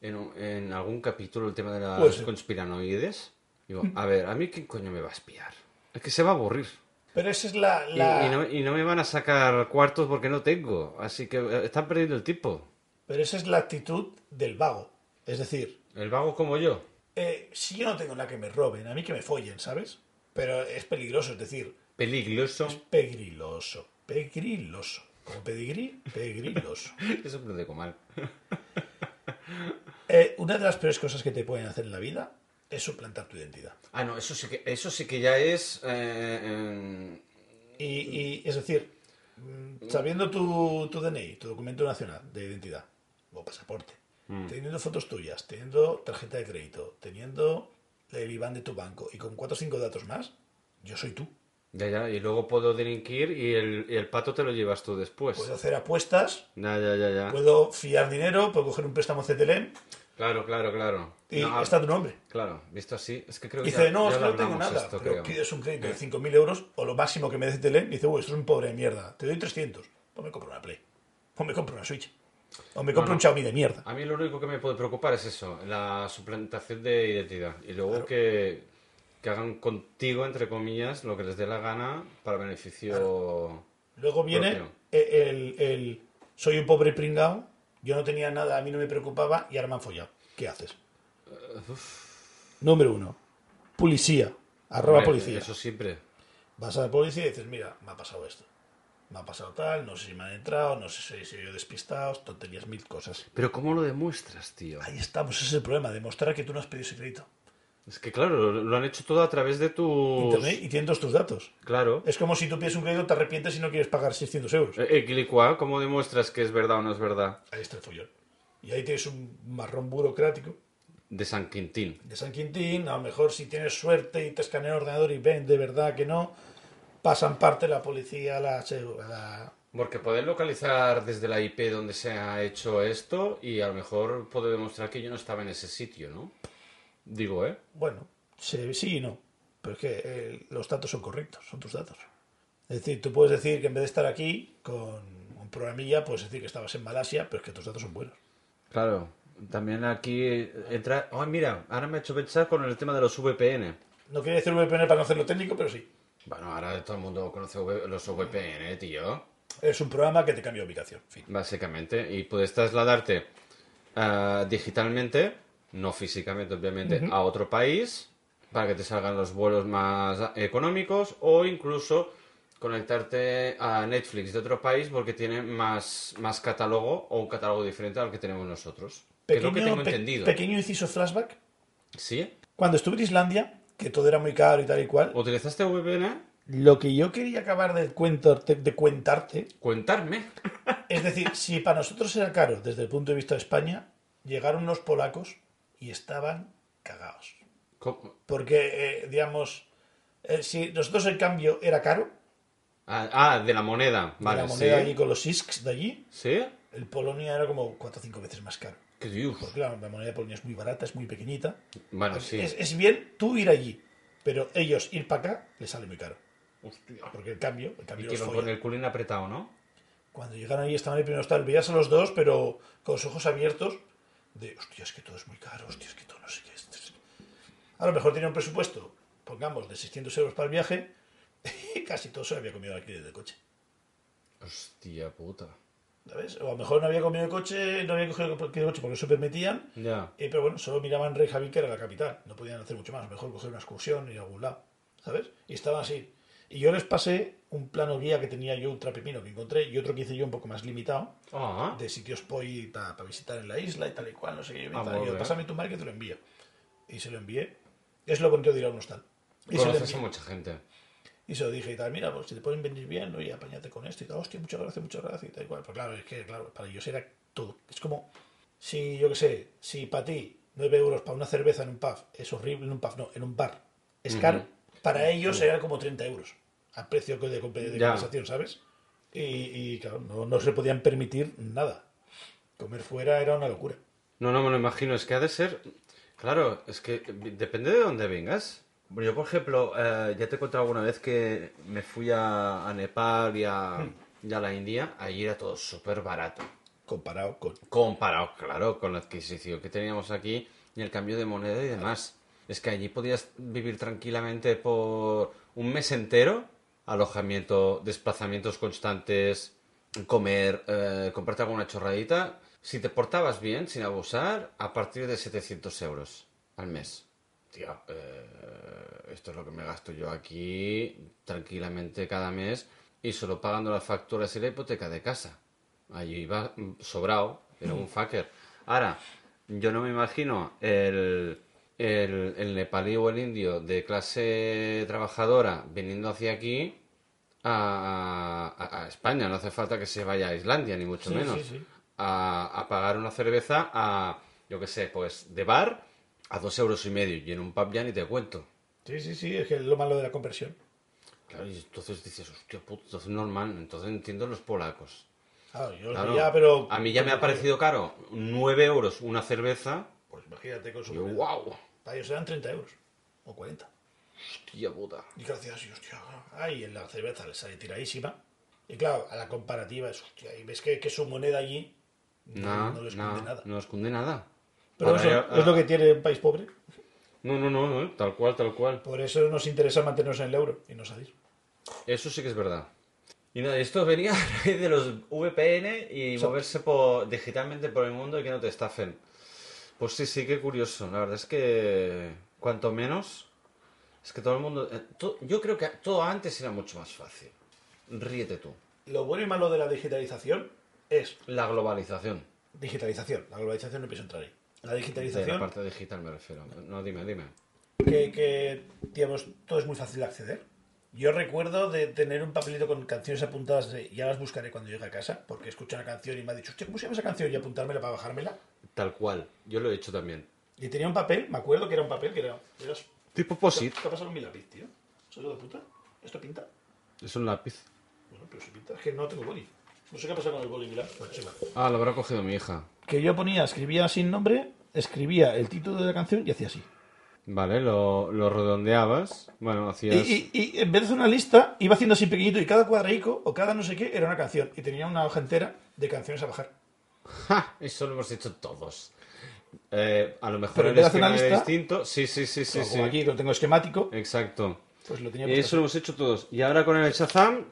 S1: en, un- en algún capítulo, el tema de las
S2: Puede ser.
S1: conspiranoides. Digo, a ver, ¿a mí quién coño me va a espiar? Es que se va a aburrir.
S2: Pero esa es la.
S1: Y,
S2: la-
S1: y no, y no me van a sacar cuartos porque no tengo. Así que eh, están perdiendo el tiempo.
S2: Pero esa es la actitud del vago. Es decir,
S1: El vago como yo.
S2: eh, si yo no tengo nada que me roben, a mí que me follen, ¿sabes? Pero es peligroso, es decir,
S1: Peligroso.
S2: pegriloso. Pegriloso. Como pedigrí,
S1: [laughs]
S2: pegriloso.
S1: Eso me lo digo mal.
S2: Eh, una de las peores cosas que te pueden hacer en la vida es suplantar tu identidad.
S1: Ah, no, eso sí que, eso sí que ya es. eh, eh,
S2: Y, y, es decir, mm, sabiendo tu, tu DNI, tu documento nacional de identidad o pasaporte,
S1: Mm.
S2: teniendo fotos tuyas, teniendo tarjeta de crédito, teniendo el IBAN de tu banco y con cuatro o cinco datos más, yo soy tú.
S1: ya, ya, y luego puedo delinquir y el, y el pato te lo llevas tú después.
S2: Puedo hacer apuestas,
S1: Ya, ya, ya, ya.
S2: puedo fiar dinero, puedo coger un préstamo CTLM
S1: Claro, claro, claro.
S2: E y
S1: No, ah,
S2: está tu nombre.
S1: Claro, visto así, es que creo que.
S2: Dice,
S1: ya-
S2: no,
S1: ya
S2: es que
S1: lo
S2: no tengo
S1: hablamos
S2: nada,
S1: esto,
S2: pero
S1: creo.
S2: pides un crédito de 5.000 euros o lo máximo que me dé CTLM y E dice, uy, esto es un pobre de mierda, te doy 300, o me compro una Play, o me compro una Switch, o me compro
S1: no.
S2: un Xiaomi de mierda.
S1: A mí lo único que me puede preocupar es eso, la suplantación de identidad. Y luego que, que hagan contigo, entre comillas, lo que les dé la gana para beneficio
S2: Luego viene
S1: Propio.
S2: el, el- el soy un pobre pringao, yo no tenía nada, a mí no me preocupaba y ahora me han follado. ¿Qué haces?
S1: Eh,
S2: Número uno, policía, arroba
S1: Hombre,
S2: policía.
S1: Eso siempre.
S2: Vas a la policía y dices, mira, me ha pasado esto. Me ha pasado tal, no sé si me han entrado, no sé si he sido despistado, tonterías, mil cosas.
S1: Pero ¿cómo lo demuestras, tío?
S2: Ahí estamos, ese es el problema, demostrar que tú no has pedido ese crédito.
S1: Es que claro, lo, lo han hecho todo a través de tu...
S2: Internet y tienen todos tus datos.
S1: Claro.
S2: Es como si tú pides un crédito, te arrepientes y no quieres pagar 600 euros.
S1: Eh, eh, Quilicua, ¿cómo demuestras que es verdad o no es verdad?
S2: Ahí está el follón. Y ahí tienes un marrón burocrático
S1: De San Quintín.
S2: de San Quintín. A lo mejor si tienes suerte y te escanean el ordenador y ven de verdad que no, pasan parte la policía, la... segu- la-
S1: Porque poder localizar desde la IP donde se ha hecho esto y a lo mejor puedo demostrar que yo no estaba en ese sitio, ¿no? Digo, ¿eh?
S2: Bueno, se- sí y no. Pero es que eh, los datos son correctos, son tus datos. Es decir, tú puedes decir que en vez de estar aquí con un programilla, puedes decir que estabas en Malasia, pero es que tus datos son buenos.
S1: Claro. También aquí entra... Ay, mira, ahora me ha hecho pensar con el tema de los VPN.
S2: No quería decir VPN para no hacerlo técnico, pero sí.
S1: Bueno, ahora todo el mundo conoce V- los VPN, tío.
S2: Es un programa que te cambia de ubicación. Fin.
S1: Básicamente. Y puedes trasladarte ah, digitalmente, no físicamente, obviamente, a otro país para que te salgan los vuelos más económicos o incluso conectarte a Netflix de otro país porque tiene más, más catálogo o un catálogo diferente al que tenemos nosotros. Que es lo que tengo
S2: pe-
S1: entendido.
S2: pequeño inciso flashback.
S1: ¿Sí?
S2: Cuando estuve en Islandia, que todo era muy caro y tal y cual,
S1: ¿Utilizaste VPN?
S2: lo que yo quería acabar de, cuentarte- de cuentarte,
S1: Cuentarme.
S2: es decir, si para nosotros era caro desde el punto de vista de España, llegaron unos polacos y estaban cagados.
S1: ¿Cómo?
S2: Porque, eh, digamos, eh, si nosotros el cambio era caro,
S1: Ah, ah, de la moneda.
S2: de
S1: Vale,
S2: la moneda
S1: ¿sí?
S2: allí con los isks de allí,
S1: ¿Sí?
S2: el Polonia era como 4 o 5 veces más caro.
S1: ¿Qué dios?
S2: Porque claro, la moneda de Polonia es muy barata, es muy pequeñita.
S1: Bueno, Pues sí.
S2: Es, es bien tú ir allí, pero ellos ir para acá les sale muy caro. Porque el cambio, el
S1: Y
S2: cambio
S1: que lo
S2: los folla.
S1: con el culín apretado, ¿no?
S2: Cuando llegaron allí estaban en el primer hostal, veías a los dos, pero con los ojos abiertos, de hostia, es que todo es muy caro, hostia, es que todo no sé qué es. es que-". A lo mejor tenía un presupuesto, pongamos, de 600 euros para el viaje, [laughs] y casi todo se lo había comido aquí desde el coche.
S1: Hostia puta.
S2: ¿Sabes? O a lo mejor no había comido el coche, no había cogido el coche porque no se permitían,
S1: Ya.
S2: Eh, pero bueno, solo miraban Reykjavik, que era la capital. No podían hacer mucho más. Mejor coger una excursión, ir a algún lado. ¿Sabes? Y estaban así. Y yo les pasé un plano guía que tenía yo, ultra pepino, que encontré, y otro que hice yo un poco más limitado,
S1: Ah,
S2: de sitios poi para visitar en la isla y tal y cual, no sé qué. Y
S1: Ah,
S2: tal.
S1: muy
S2: Y yo,
S1: bien.
S2: pásame tu mar que te lo envío. Y se lo envié. Es lo bonito de ir a un hostal. Y se, lo
S1: conoces a
S2: envié.
S1: mucha gente.
S2: y se lo dije y tal, mira, pues si te pueden venir bien, oye, apañate con esto y tal, hostia, muchas gracias, muchas gracias y tal y cual. Pero claro, es que, claro, para ellos era todo. Es como, si yo qué sé, si para ti 9 euros para una cerveza en un pub es horrible, en un pub no, en un bar es caro, para ellos era como 30 euros al precio que de, de,
S1: Ya.
S2: conversación, ¿sabes? Y, y, claro, no, no se podían permitir nada. Comer fuera era una locura.
S1: No, no me lo imagino. Es que ha de ser. Claro, es que depende de dónde vengas. Yo, por ejemplo, eh, ya te he contado alguna vez que me fui a, a Nepal y a, y a la India. Allí era todo súper barato.
S2: Comparado con.
S1: Comparado, claro, con la adquisición que teníamos aquí y el cambio de moneda y demás. Es que allí podías vivir tranquilamente por un mes entero, alojamiento, desplazamientos constantes, comer, eh, comprarte alguna chorradita. Si te portabas bien, sin abusar, a partir de 700 euros al mes. Tío, eh, esto es lo que me gasto yo aquí tranquilamente cada mes y solo pagando las facturas y la hipoteca de casa. Allí iba mm, sobrado, era un fucker. Ahora, yo no me imagino el, el, el nepalí o el indio de clase trabajadora viniendo hacia aquí a, a- a España. No hace falta que se vaya a Islandia, ni mucho
S2: Sí,
S1: menos.
S2: sí, sí.
S1: A, a pagar una cerveza a, yo qué sé, pues de bar a dos euros y medio. Y en un pub ya ni te cuento.
S2: Sí, sí, sí, es que es lo malo de la conversión.
S1: Claro, y entonces dices, hostia puto, entonces normal, entonces entiendo los polacos.
S2: Claro, yo los
S1: Claro,
S2: veía, pero. eh.
S1: A mí ya me ha parecido caro 9 euros una cerveza.
S2: Pues imagínate con su.
S1: Y yo,
S2: moneda.
S1: wow,
S2: Para ellos eran 30 euros o 40.
S1: hostia puta.
S2: Y claro, decías, "Sí, hostia, ay, en la cerveza le sale tiradísima. Y claro, a la comparativa es, hostia, y ves que, que su moneda allí
S1: No,
S2: no, no les
S1: no,
S2: cunde nada.
S1: no esconde nada.
S2: Pero
S1: Ahora
S2: eso
S1: ya- ah,
S2: es lo que tiene un país pobre.
S1: No, no, no, no, tal cual, tal cual.
S2: Por eso nos interesa mantenernos en el euro y no salir.
S1: Eso sí que es verdad. Y nada, esto venía [laughs] a raíz de los VPN y
S2: Exacto.
S1: moverse por- digitalmente por el mundo y que no te estafen. Pues sí, sí, qué curioso. La verdad es que cuanto menos, es que todo el mundo... eh, to- yo creo que todo antes era mucho más fácil. Ríete tú.
S2: Lo bueno y malo de la digitalización es
S1: La globalización.
S2: digitalización. La globalización no pienso entrar ahí. La
S1: De la
S2: digitalización,
S1: parte digital me refiero. No, dime, dime.
S2: que, que, digamos, todo es muy fácil de acceder. Yo recuerdo de tener un papelito con canciones apuntadas, de- ya las buscaré cuando llegue a casa, porque escuché una canción y me ha dicho, hostia, ¿cómo se llama esa canción? Y apuntármela para bajármela.
S1: Tal cual. Yo lo he hecho también.
S2: Y tenía un papel, me acuerdo que era un papel, que era... eras-
S1: Tipo POSIT.
S2: ¿Qué ha pasado con mi lápiz, tío? ¿Soy de puta? ¿Esto pinta?
S1: Es un lápiz.
S2: Bueno, pero si pinta, es que no tengo boli. No sé qué ha pasado con el boli, mira. Bueno, sí, vale.
S1: Ah, lo habrá cogido mi hija.
S2: Que yo ponía, escribía sin nombre, escribía el título de la canción y hacía así.
S1: Vale, lo, lo redondeabas. Bueno,
S2: Y,
S1: hacías...
S2: y- y en vez de hacer una lista, iba haciendo así pequeñito y cada cuadradico o cada no sé qué era una canción. Y tenía una hoja entera de canciones a bajar.
S1: ¡Ja! Eso lo hemos hecho todos. Eh, a lo mejor
S2: Pero
S1: el
S2: te hace
S1: esquema
S2: una
S1: era
S2: lista.
S1: distinto. Sí, sí, sí, sí.
S2: Como
S1: sí.
S2: aquí lo tengo esquemático,
S1: Exacto.
S2: pues lo tenía
S1: Y eso
S2: puesto.
S1: lo hemos hecho todos. Y ahora con el Shazam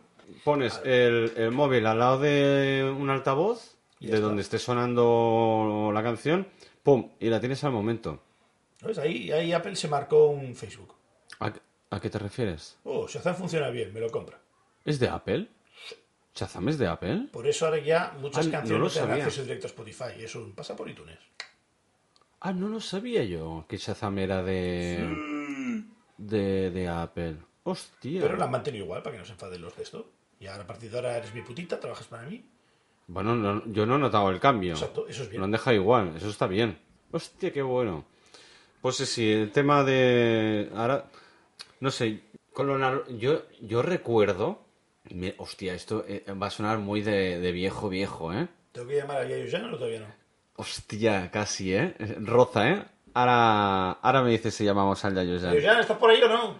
S1: pones el, el móvil al lado de un altavoz,
S2: Y
S1: de
S2: ya está.
S1: donde esté sonando la canción, ¡pum! Y la tienes al momento.
S2: ¿Sabes? Ahí, ahí Apple se marcó un Facebook.
S1: ¿A, a qué te refieres?
S2: Oh, Shazam funciona bien, me lo compra.
S1: ¿Es de Apple? ¿Shazam es de Apple?
S2: Por eso ahora ya muchas
S1: Ah, no lo
S2: canciones no te dan
S1: sabía.
S2: acceso directo a Spotify. Eso pasa por iTunes.
S1: Ah, no lo sabía yo, que Shazam era de... de, de Apple. Hostia.
S2: Pero la han mantenido igual para que no se enfaden los de esto. Y ahora a partir de ahora eres mi putita, trabajas para mí.
S1: Bueno, no- yo no he notado el cambio.
S2: Exacto, eso es bien.
S1: Lo han dejado igual, eso está bien. Hostia, qué bueno. Pues sí, sí, el tema de... Ahora, no sé, con lo nar- yo, yo recuerdo... me- Hostia, esto eh, va a sonar muy de, de viejo, viejo, ¿eh?
S2: ¿Tengo que llamar a Yayo Jan o todavía no?
S1: Hostia, casi, ¿eh? Roza, ¿eh? Ahora, ahora me dices si llamamos al Yayo
S2: Yayo
S1: Jan.
S2: Jan, ¿estás por ahí o no?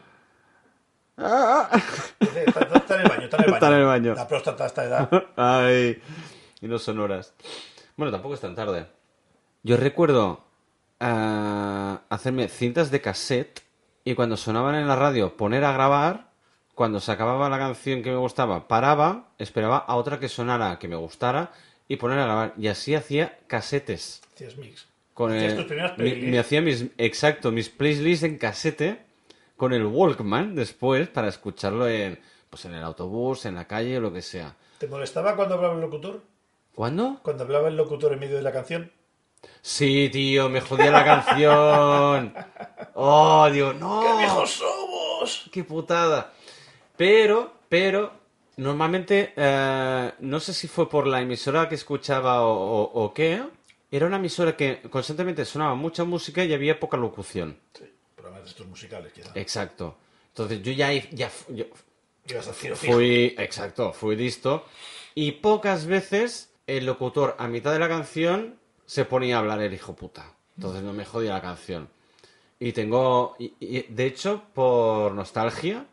S1: Ah, ah.
S2: Dice, Está, está- está en el baño, está en el
S1: [laughs]
S2: baño.
S1: Está en el baño.
S2: La próstata a esta edad.
S1: [laughs] Ay, y no son horas. Bueno, tampoco es tan tarde. Yo recuerdo ah, hacerme cintas de cassette y cuando sonaban en la radio poner a grabar, cuando se acababa la canción que me gustaba, paraba, esperaba a otra que sonara, que me gustara y poner a grabar. Y así hacía casetes.
S2: Hacías mix.
S1: Con
S2: Hacías
S1: el-
S2: tus primeras
S1: me,
S2: playlists.
S1: me hacía mis, exacto, mis playlists en casete con el Walkman después para escucharlo en, pues en el autobús, en la calle o lo que sea.
S2: ¿Te molestaba cuando hablaba el locutor?
S1: ¿Cuándo?
S2: Cuando hablaba el locutor en medio de la canción.
S1: Sí, tío, me jodía la canción. Oh, digo, no.
S2: ¡Qué viejos somos!
S1: ¡Qué putada! Pero, pero, normalmente, eh, no sé si fue por la emisora que escuchaba o, o- o qué, era una emisora que constantemente sonaba mucha música y había poca locución.
S2: Sí, programas de estos musicales, quizá.
S1: Eh, Exacto. Entonces yo ya, ya yo
S2: Ibas a cero fijo.
S1: fui, exacto, fui listo. Y pocas veces el locutor a mitad de la canción se ponía a hablar el hijo puta. Entonces no me jodía la canción. Y tengo, y- y- de hecho, por nostalgia,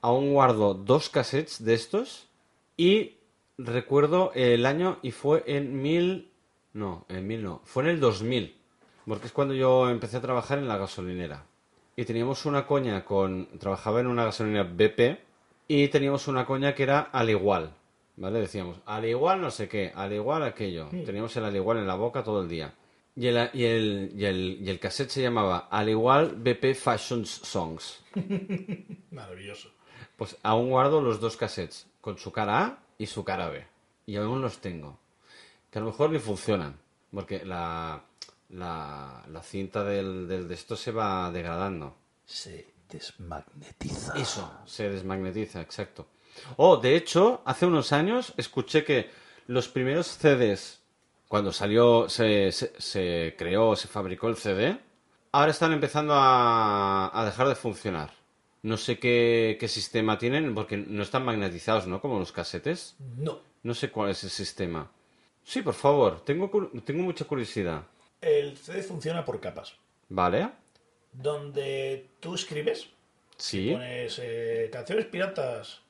S1: aún guardo dos cassettes de estos y recuerdo el año y fue en mil, no, en mil no, fue en el 2000, porque es cuando yo empecé a trabajar en la gasolinera. Y teníamos una coña con, trabajaba en una gasolinera BP y teníamos una coña que era al igual, ¿vale? Decíamos, al igual no sé qué, al igual aquello. Teníamos el al igual en la boca todo el día. Y el, y, el, y, el, y el cassette se llamaba Al igual BP Fashion Songs.
S2: Maravilloso.
S1: Pues aún guardo los dos cassettes, con su cara A y su cara B. Y aún los tengo. Que a lo mejor ni funcionan, porque la, la, la cinta del, del- de esto se va degradando.
S2: Se desmagnetiza.
S1: Eso, se desmagnetiza, exacto. Oh, de hecho, hace unos años escuché que los primeros CDs, cuando salió, se, se, se creó, se fabricó el CD, ahora están empezando a, a dejar de funcionar. No sé qué, qué sistema tienen, porque no están magnetizados, ¿no? Como los casetes.
S2: No.
S1: No sé cuál es el sistema. Sí, por favor, tengo, cu- tengo mucha curiosidad.
S2: El CD funciona por capas.
S1: ¿Vale?
S2: Donde tú escribes,
S1: Sí.
S2: pones eh, canciones piratas,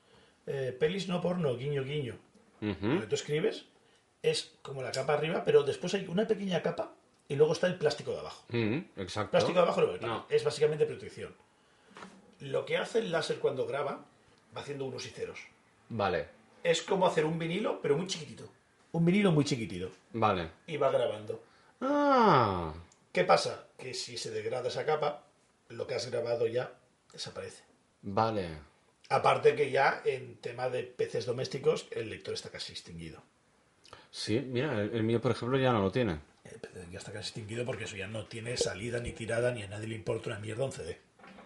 S2: eh, pelis no porno, guiño, guiño. Lo
S1: Ujú.
S2: que tú escribes es como la capa arriba, pero después hay una pequeña capa y luego está el plástico de abajo.
S1: Ujú, Exacto.
S2: Plástico de abajo no vale,
S1: No.
S2: es básicamente protección. Lo que hace el láser cuando graba, va haciendo unos y ceros.
S1: Vale.
S2: es como hacer un vinilo, pero muy chiquitito. Un vinilo muy chiquitito.
S1: Vale.
S2: Y va grabando.
S1: Ah.
S2: ¿Qué pasa? Que si se degrada esa capa, lo que has grabado ya desaparece.
S1: Vale.
S2: Aparte que ya en tema de peces domésticos, el lector está casi extinguido.
S1: Sí, mira, el, el mío, por ejemplo, ya no lo tiene.
S2: El PC ya está casi extinguido porque eso ya no tiene salida ni tirada ni a nadie le importa una mierda un CD.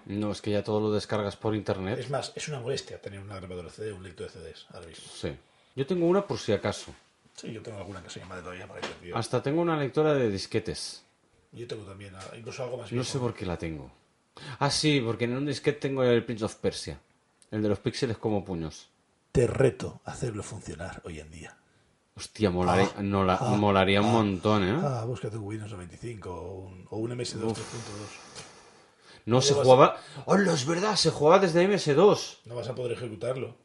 S1: No, es que ya todo lo descargas por internet.
S2: Es más, es una molestia tener una grabadora CD, un lector de CDs ahora mismo.
S1: Sí. Yo tengo una por si acaso.
S2: Sí, yo tengo alguna que se llama de todavía para el tío.
S1: Hasta tengo una lectora de disquetes.
S2: Yo tengo también, ah, incluso algo más
S1: No
S2: viejo.
S1: sé por qué la tengo. Ah, sí, porque en un disquete tengo el Prince of Persia. El de los píxeles como puños.
S2: Te reto a hacerlo funcionar hoy en día.
S1: Hostia, molaría,
S2: Ah,
S1: no la-
S2: ah,
S1: molaría un
S2: ah,
S1: montón, ¿eh?
S2: Ah, búscate un Windows 95 o un, o un MS2 3.2.
S1: no se
S2: vas-
S1: jugaba... ¡Hola, es verdad! Se jugaba desde MS2.
S2: No vas a poder ejecutarlo.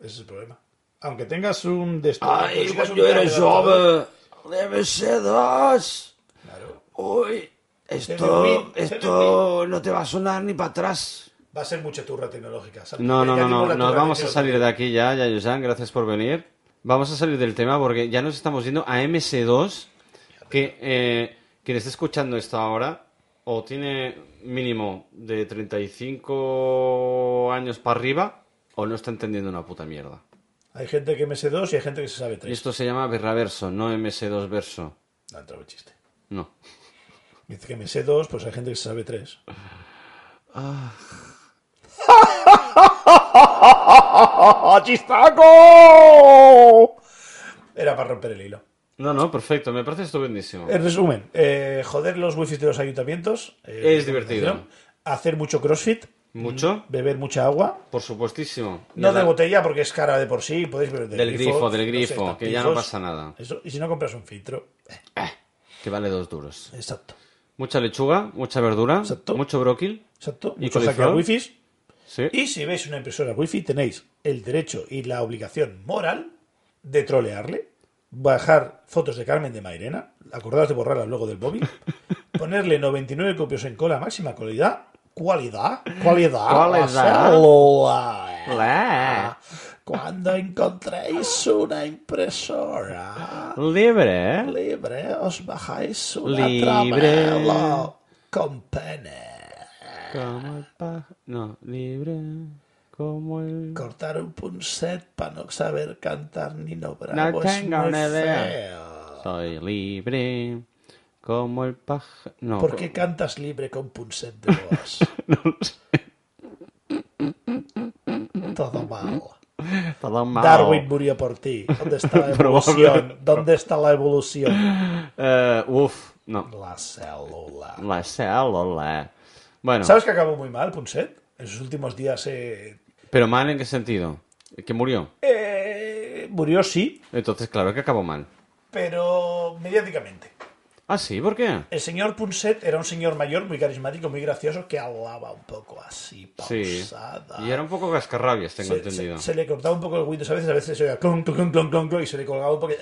S2: Ese es el problema. Aunque tengas un desktop...
S1: ¡Ay,
S2: consigas un
S1: cuando Ah, Pues era eh.
S2: adaptador-
S1: joven! ¡MS2!
S2: Claro.
S1: ¡Uy!
S2: Wii,
S1: Esto,
S2: desde
S1: esto no te va a sonar ni para atrás.
S2: Va a ser mucha turra tecnológica. Sal-
S1: No, no,
S2: ya
S1: no,
S2: dimos
S1: no,
S2: la
S1: nos
S2: turra
S1: vamos a
S2: tecnológica.
S1: salir de aquí ya, Yayo-san, gracias por venir. Vamos a salir del tema porque ya nos estamos yendo a MC2, que eh, quien esté escuchando esto ahora o tiene mínimo de 35 años para arriba o no está entendiendo una puta mierda.
S2: Hay gente que MS2 y hay gente que se sabe
S1: Y
S2: 3.
S1: esto se llama Berraverso, no MC2 verso.
S2: No entraba el chiste.
S1: No.
S2: Dice que MS2, pues hay gente que se sabe 3.
S1: Ah. [laughs]
S2: ¡Chistaco! Era para romper el hilo.
S1: No, no, perfecto, me parece estupendísimo.
S2: En resumen, eh, joder los wifi de los ayuntamientos. eh,
S1: Es divertido.
S2: Hacer mucho crossfit,
S1: Mucho,
S2: beber mucha agua.
S1: por supuestísimo.
S2: No de
S1: Verdad.
S2: botella porque es cara de por sí, podéis beber del,
S1: Del grifo, del
S2: no sé,
S1: grifo, que ya no
S2: tapijos.
S1: pasa nada.
S2: Eso, y si no compras un filtro, eh,
S1: Que vale dos duros.
S2: exacto.
S1: Mucha lechuga, mucha verdura,
S2: Exacto.
S1: mucho bróquil.
S2: Exacto.
S1: ¿Y
S2: Mucho hackeo
S1: coliflor?
S2: wifi.
S1: Sí.
S2: Y si veis una impresora wifi, tenéis el derecho y la obligación moral de trolearle, bajar fotos de Carmen de Mairena, acordaros de borrarlas luego
S1: [laughs]
S2: del móvil, ponerle 99 copios en cola máxima calidad, cualidad, cualidad,
S1: Cualidad.
S2: hacerlo. eh.
S1: La-
S2: Cuando encontréis una impresora
S1: Libre.
S2: libre, os bajáis una
S1: Libre.
S2: tramela con pene.
S1: Como el pa- No, libre. Como el.
S2: Cortar un punset para no saber cantar ni no
S1: No
S2: bravo es
S1: tengo
S2: muy
S1: ni idea.
S2: feo.
S1: Soy libre. Como el paja. No. [laughs]
S2: ¿Por qué cantas libre con punset de voz? Todo mal.
S1: co- todo mal.
S2: Darwin murió por ti. ¿Dónde
S1: [laughs]
S2: está la evolución? ¿Dónde está la evolución?
S1: Eh, uf, no.
S2: La célula.
S1: La célula. Bueno,
S2: ¿Sabes que acabó muy mal punset? En sus últimos días eh,
S1: pero mal en qué sentido? Que murió.
S2: eh, murió, sí,
S1: Entonces, claro que acabó mal.
S2: pero mediáticamente.
S1: Ah, sí, ¿por qué?
S2: El señor Punset era un señor mayor, muy carismático, muy gracioso, que hablaba un poco así,
S1: Sí.
S2: pausada.
S1: Y era un poco cascarrabias, tengo
S2: se,
S1: entendido.
S2: se- se le cortaba un poco el Windows a veces, a veces se oía clon, clon, clon, clon, clon, y se le colgaba un poco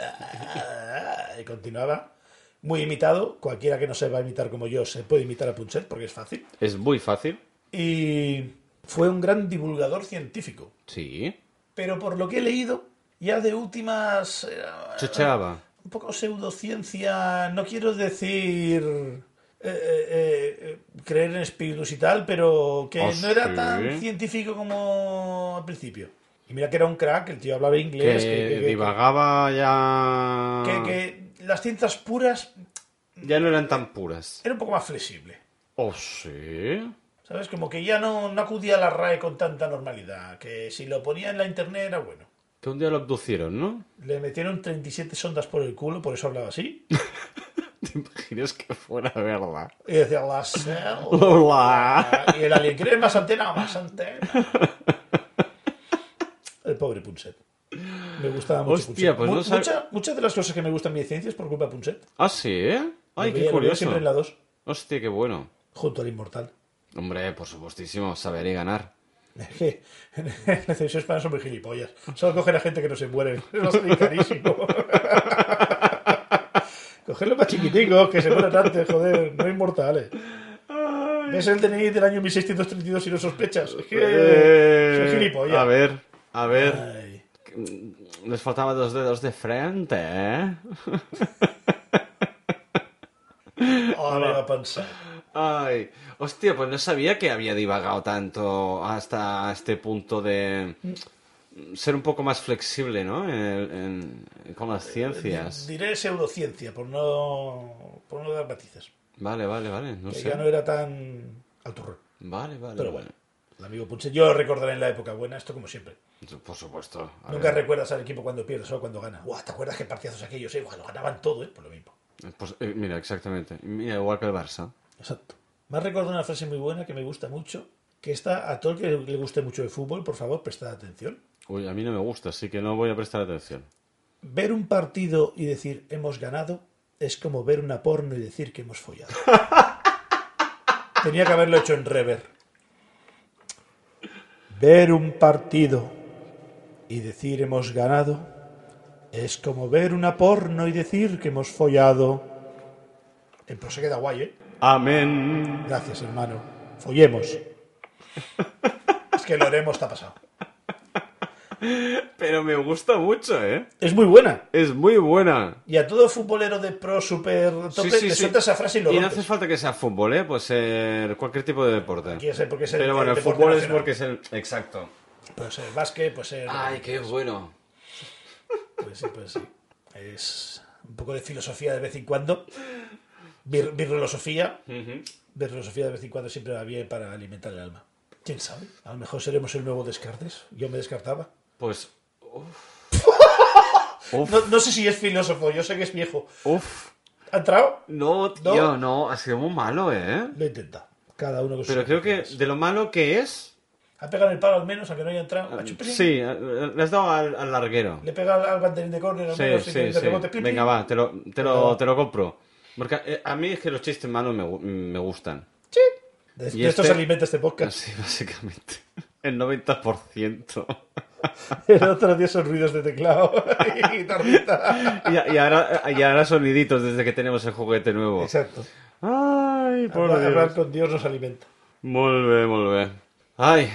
S2: y continuaba. Muy imitado, cualquiera que no sepa imitar como yo se puede imitar a Punset porque es fácil.
S1: Es muy fácil.
S2: Y fue un gran divulgador científico.
S1: Sí.
S2: Pero por lo que he leído, ya de últimas... eh,
S1: Chocheaba.
S2: un poco pseudociencia, no quiero decir eh, eh, eh, creer en espíritus y tal, pero que
S1: Ah,
S2: no era
S1: sí.
S2: tan científico como al principio. Y mira que era un crack, el tío hablaba inglés, que, que-
S1: que
S2: que-
S1: divagaba ya.
S2: que- que las cintas puras
S1: Ya no eran tan puras.
S2: era un poco más flexible.
S1: ¿Oh, sí?
S2: ¿Sabes? Como que ya no, no acudía a la RAE con tanta normalidad, que si lo ponía en la internet era bueno.
S1: Que un día lo abducieron, ¿no? [laughs]
S2: Le metieron 37 sondas por el culo, por eso hablaba así.
S1: ¿Te imaginas que fuera verdad?
S2: Y decía, la célula.
S1: ¡Hola!
S2: Ah, Y el alien, ¿quieres más antena? Más antena. El pobre Punset. Me gustaba mucho
S1: Hostia,
S2: Punset.
S1: pues no
S2: Mu-
S1: sab-
S2: mucha- Muchas de las cosas que me gustan de ciencia es por culpa de Punset.
S1: ¿Ah, sí? Ay, qué
S2: Lo veía- lo veía
S1: curioso.
S2: siempre en la 2,
S1: Hostia, qué bueno.
S2: junto al Inmortal. [laughs]
S1: Hombre, por supuestísimo, saberé ganar.
S2: Es que en la televisión española son muy gilipollas. Solo cogen a gente que no se muere. [laughs] Eso va a salir carísimo. [laughs] Cogerlo para chiquiticos, que se mueren antes, joder, no inmortales. ¿Ves el DNI del año 1632 y no sospechas? Es que...
S1: Eh,
S2: soy gilipollas.
S1: A ver, a ver.
S2: Ay.
S1: Les faltaba dos dedos de frente, ¿eh?
S2: Ahora va a pensar.
S1: Ay, hostia, pues no sabía que había divagado tanto hasta este punto de ser un poco más flexible, ¿no? En- en- con las ciencias.
S2: Diré pseudociencia por no, por no dar matices.
S1: Vale, vale, vale, no
S2: que
S1: sé.
S2: ya no era tan alturrón.
S1: Vale, vale.
S2: Pero
S1: vale.
S2: bueno, el amigo Punche, yo lo recordaré en la época buena, esto como siempre.
S1: Por supuesto. A
S2: Nunca
S1: ver,
S2: recuerdas al equipo cuando pierde, solo cuando gana. Guau, ¿te acuerdas qué partidazos aquellos? Eh? Guau, lo ganaban todo, ¿eh? Por lo mismo.
S1: pues, eh, mira, exactamente. Mira, igual que el Barça.
S2: Exacto. Me has recordado una frase muy buena que me gusta mucho, que está a todo el que le guste mucho el fútbol, por favor, prestad atención.
S1: Uy, a mí no me gusta, así que no voy a prestar atención.
S2: Ver un partido y decir hemos ganado es como ver una porno y decir que
S1: [laughs]
S2: hemos follado. Tenía que haberlo hecho en rever. Ver un partido y decir hemos ganado es como ver una porno y decir que hemos follado. El prosa queda guay, ¿eh?
S1: Amén.
S2: Gracias, hermano.
S1: [laughs]
S2: Follemos. Es que lo haremos, está pasado.
S1: Pero me gusta mucho, ¿eh?
S2: Es muy buena.
S1: Es muy buena.
S2: Y a todo futbolero de pro super tope le suelta esa frase y lo
S1: no
S2: rompes.
S1: hace falta que sea fútbol, ¿eh? Puede ser cualquier tipo de deporte.
S2: Quiere ser porque es el,
S1: Pero bueno, el
S2: deporte
S1: fútbol es
S2: nacional.
S1: porque es el... Exacto.
S2: Puede ser básquet, puede ser...
S1: Ay, qué bueno.
S2: Pues sí, pues sí. Es un poco de filosofía de vez en cuando. Bir- virolosofía. Virolosofía de vez en cuando siempre va bien para alimentar el alma. ¿Quién sabe? A lo mejor seremos el nuevo Descartes. Yo me descartaba.
S1: Pues,
S2: No, no sé si es filósofo, yo sé que es viejo.
S1: uff.
S2: ¿Ha entrado?
S1: No, tío, no. ha sido muy malo, ¿eh?
S2: Lo intenta. Cada uno con sus
S1: Pero creo que
S2: opciones.
S1: de lo malo que es...
S2: Ha pegado en el palo al menos, aunque no haya entrado. Ha hecho un pelín.
S1: Sí, eh, le has dado al, al larguero.
S2: Le pega al- al banderín de córner al
S1: Sí,
S2: menos. y
S1: sí,
S2: de
S1: sí.
S2: rebote, plim,
S1: Venga,
S2: plim.
S1: va, te lo, te lo, te lo compro. Porque eh, a mí es que los chistes malos me, gu- me gustan.
S2: De, de
S1: Y
S2: esto
S1: este-
S2: se alimenta este podcast.
S1: Casi, [laughs] básicamente. El 90%.
S2: [laughs] El otro día son ruidos de teclado [laughs] y guitarrita.
S1: [laughs] Y, y ahora, y ahora soniditos desde que tenemos el juguete nuevo.
S2: Exacto.
S1: Ay, por
S2: Hablar, hablar
S1: Dios.
S2: con Dios nos alimenta.
S1: Molt bé, molt bé. Ay,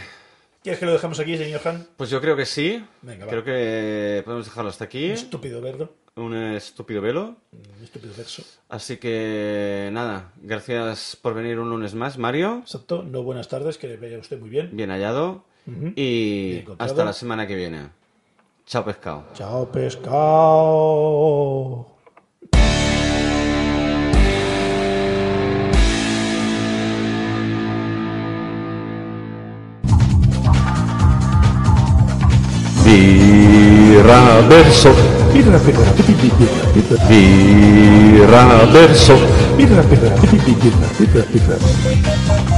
S2: ¿Quieres que lo dejamos aquí, señor Han?
S1: pues yo creo que sí.
S2: Venga, va.
S1: creo que podemos dejarlo hasta aquí.
S2: Estúpido verlo.
S1: Un estúpido velo.
S2: Un Estúpido verso.
S1: Así que nada, gracias por venir un lunes más, Mario.
S2: Exacto. No buenas tardes, que le vaya usted muy bien.
S1: Bien hallado.
S2: Ujú. Bien
S1: Y
S2: encontrado.
S1: hasta la semana que viene. Chao, pescado.
S2: Chao, pescado.
S4: Viraverso,
S2: Mira la pecora. pi, pi, pi, pi, pi, pi.
S4: viraverso.
S2: Mira la pecora. pi, pi, pi, pi, pi, pi, pi, pi.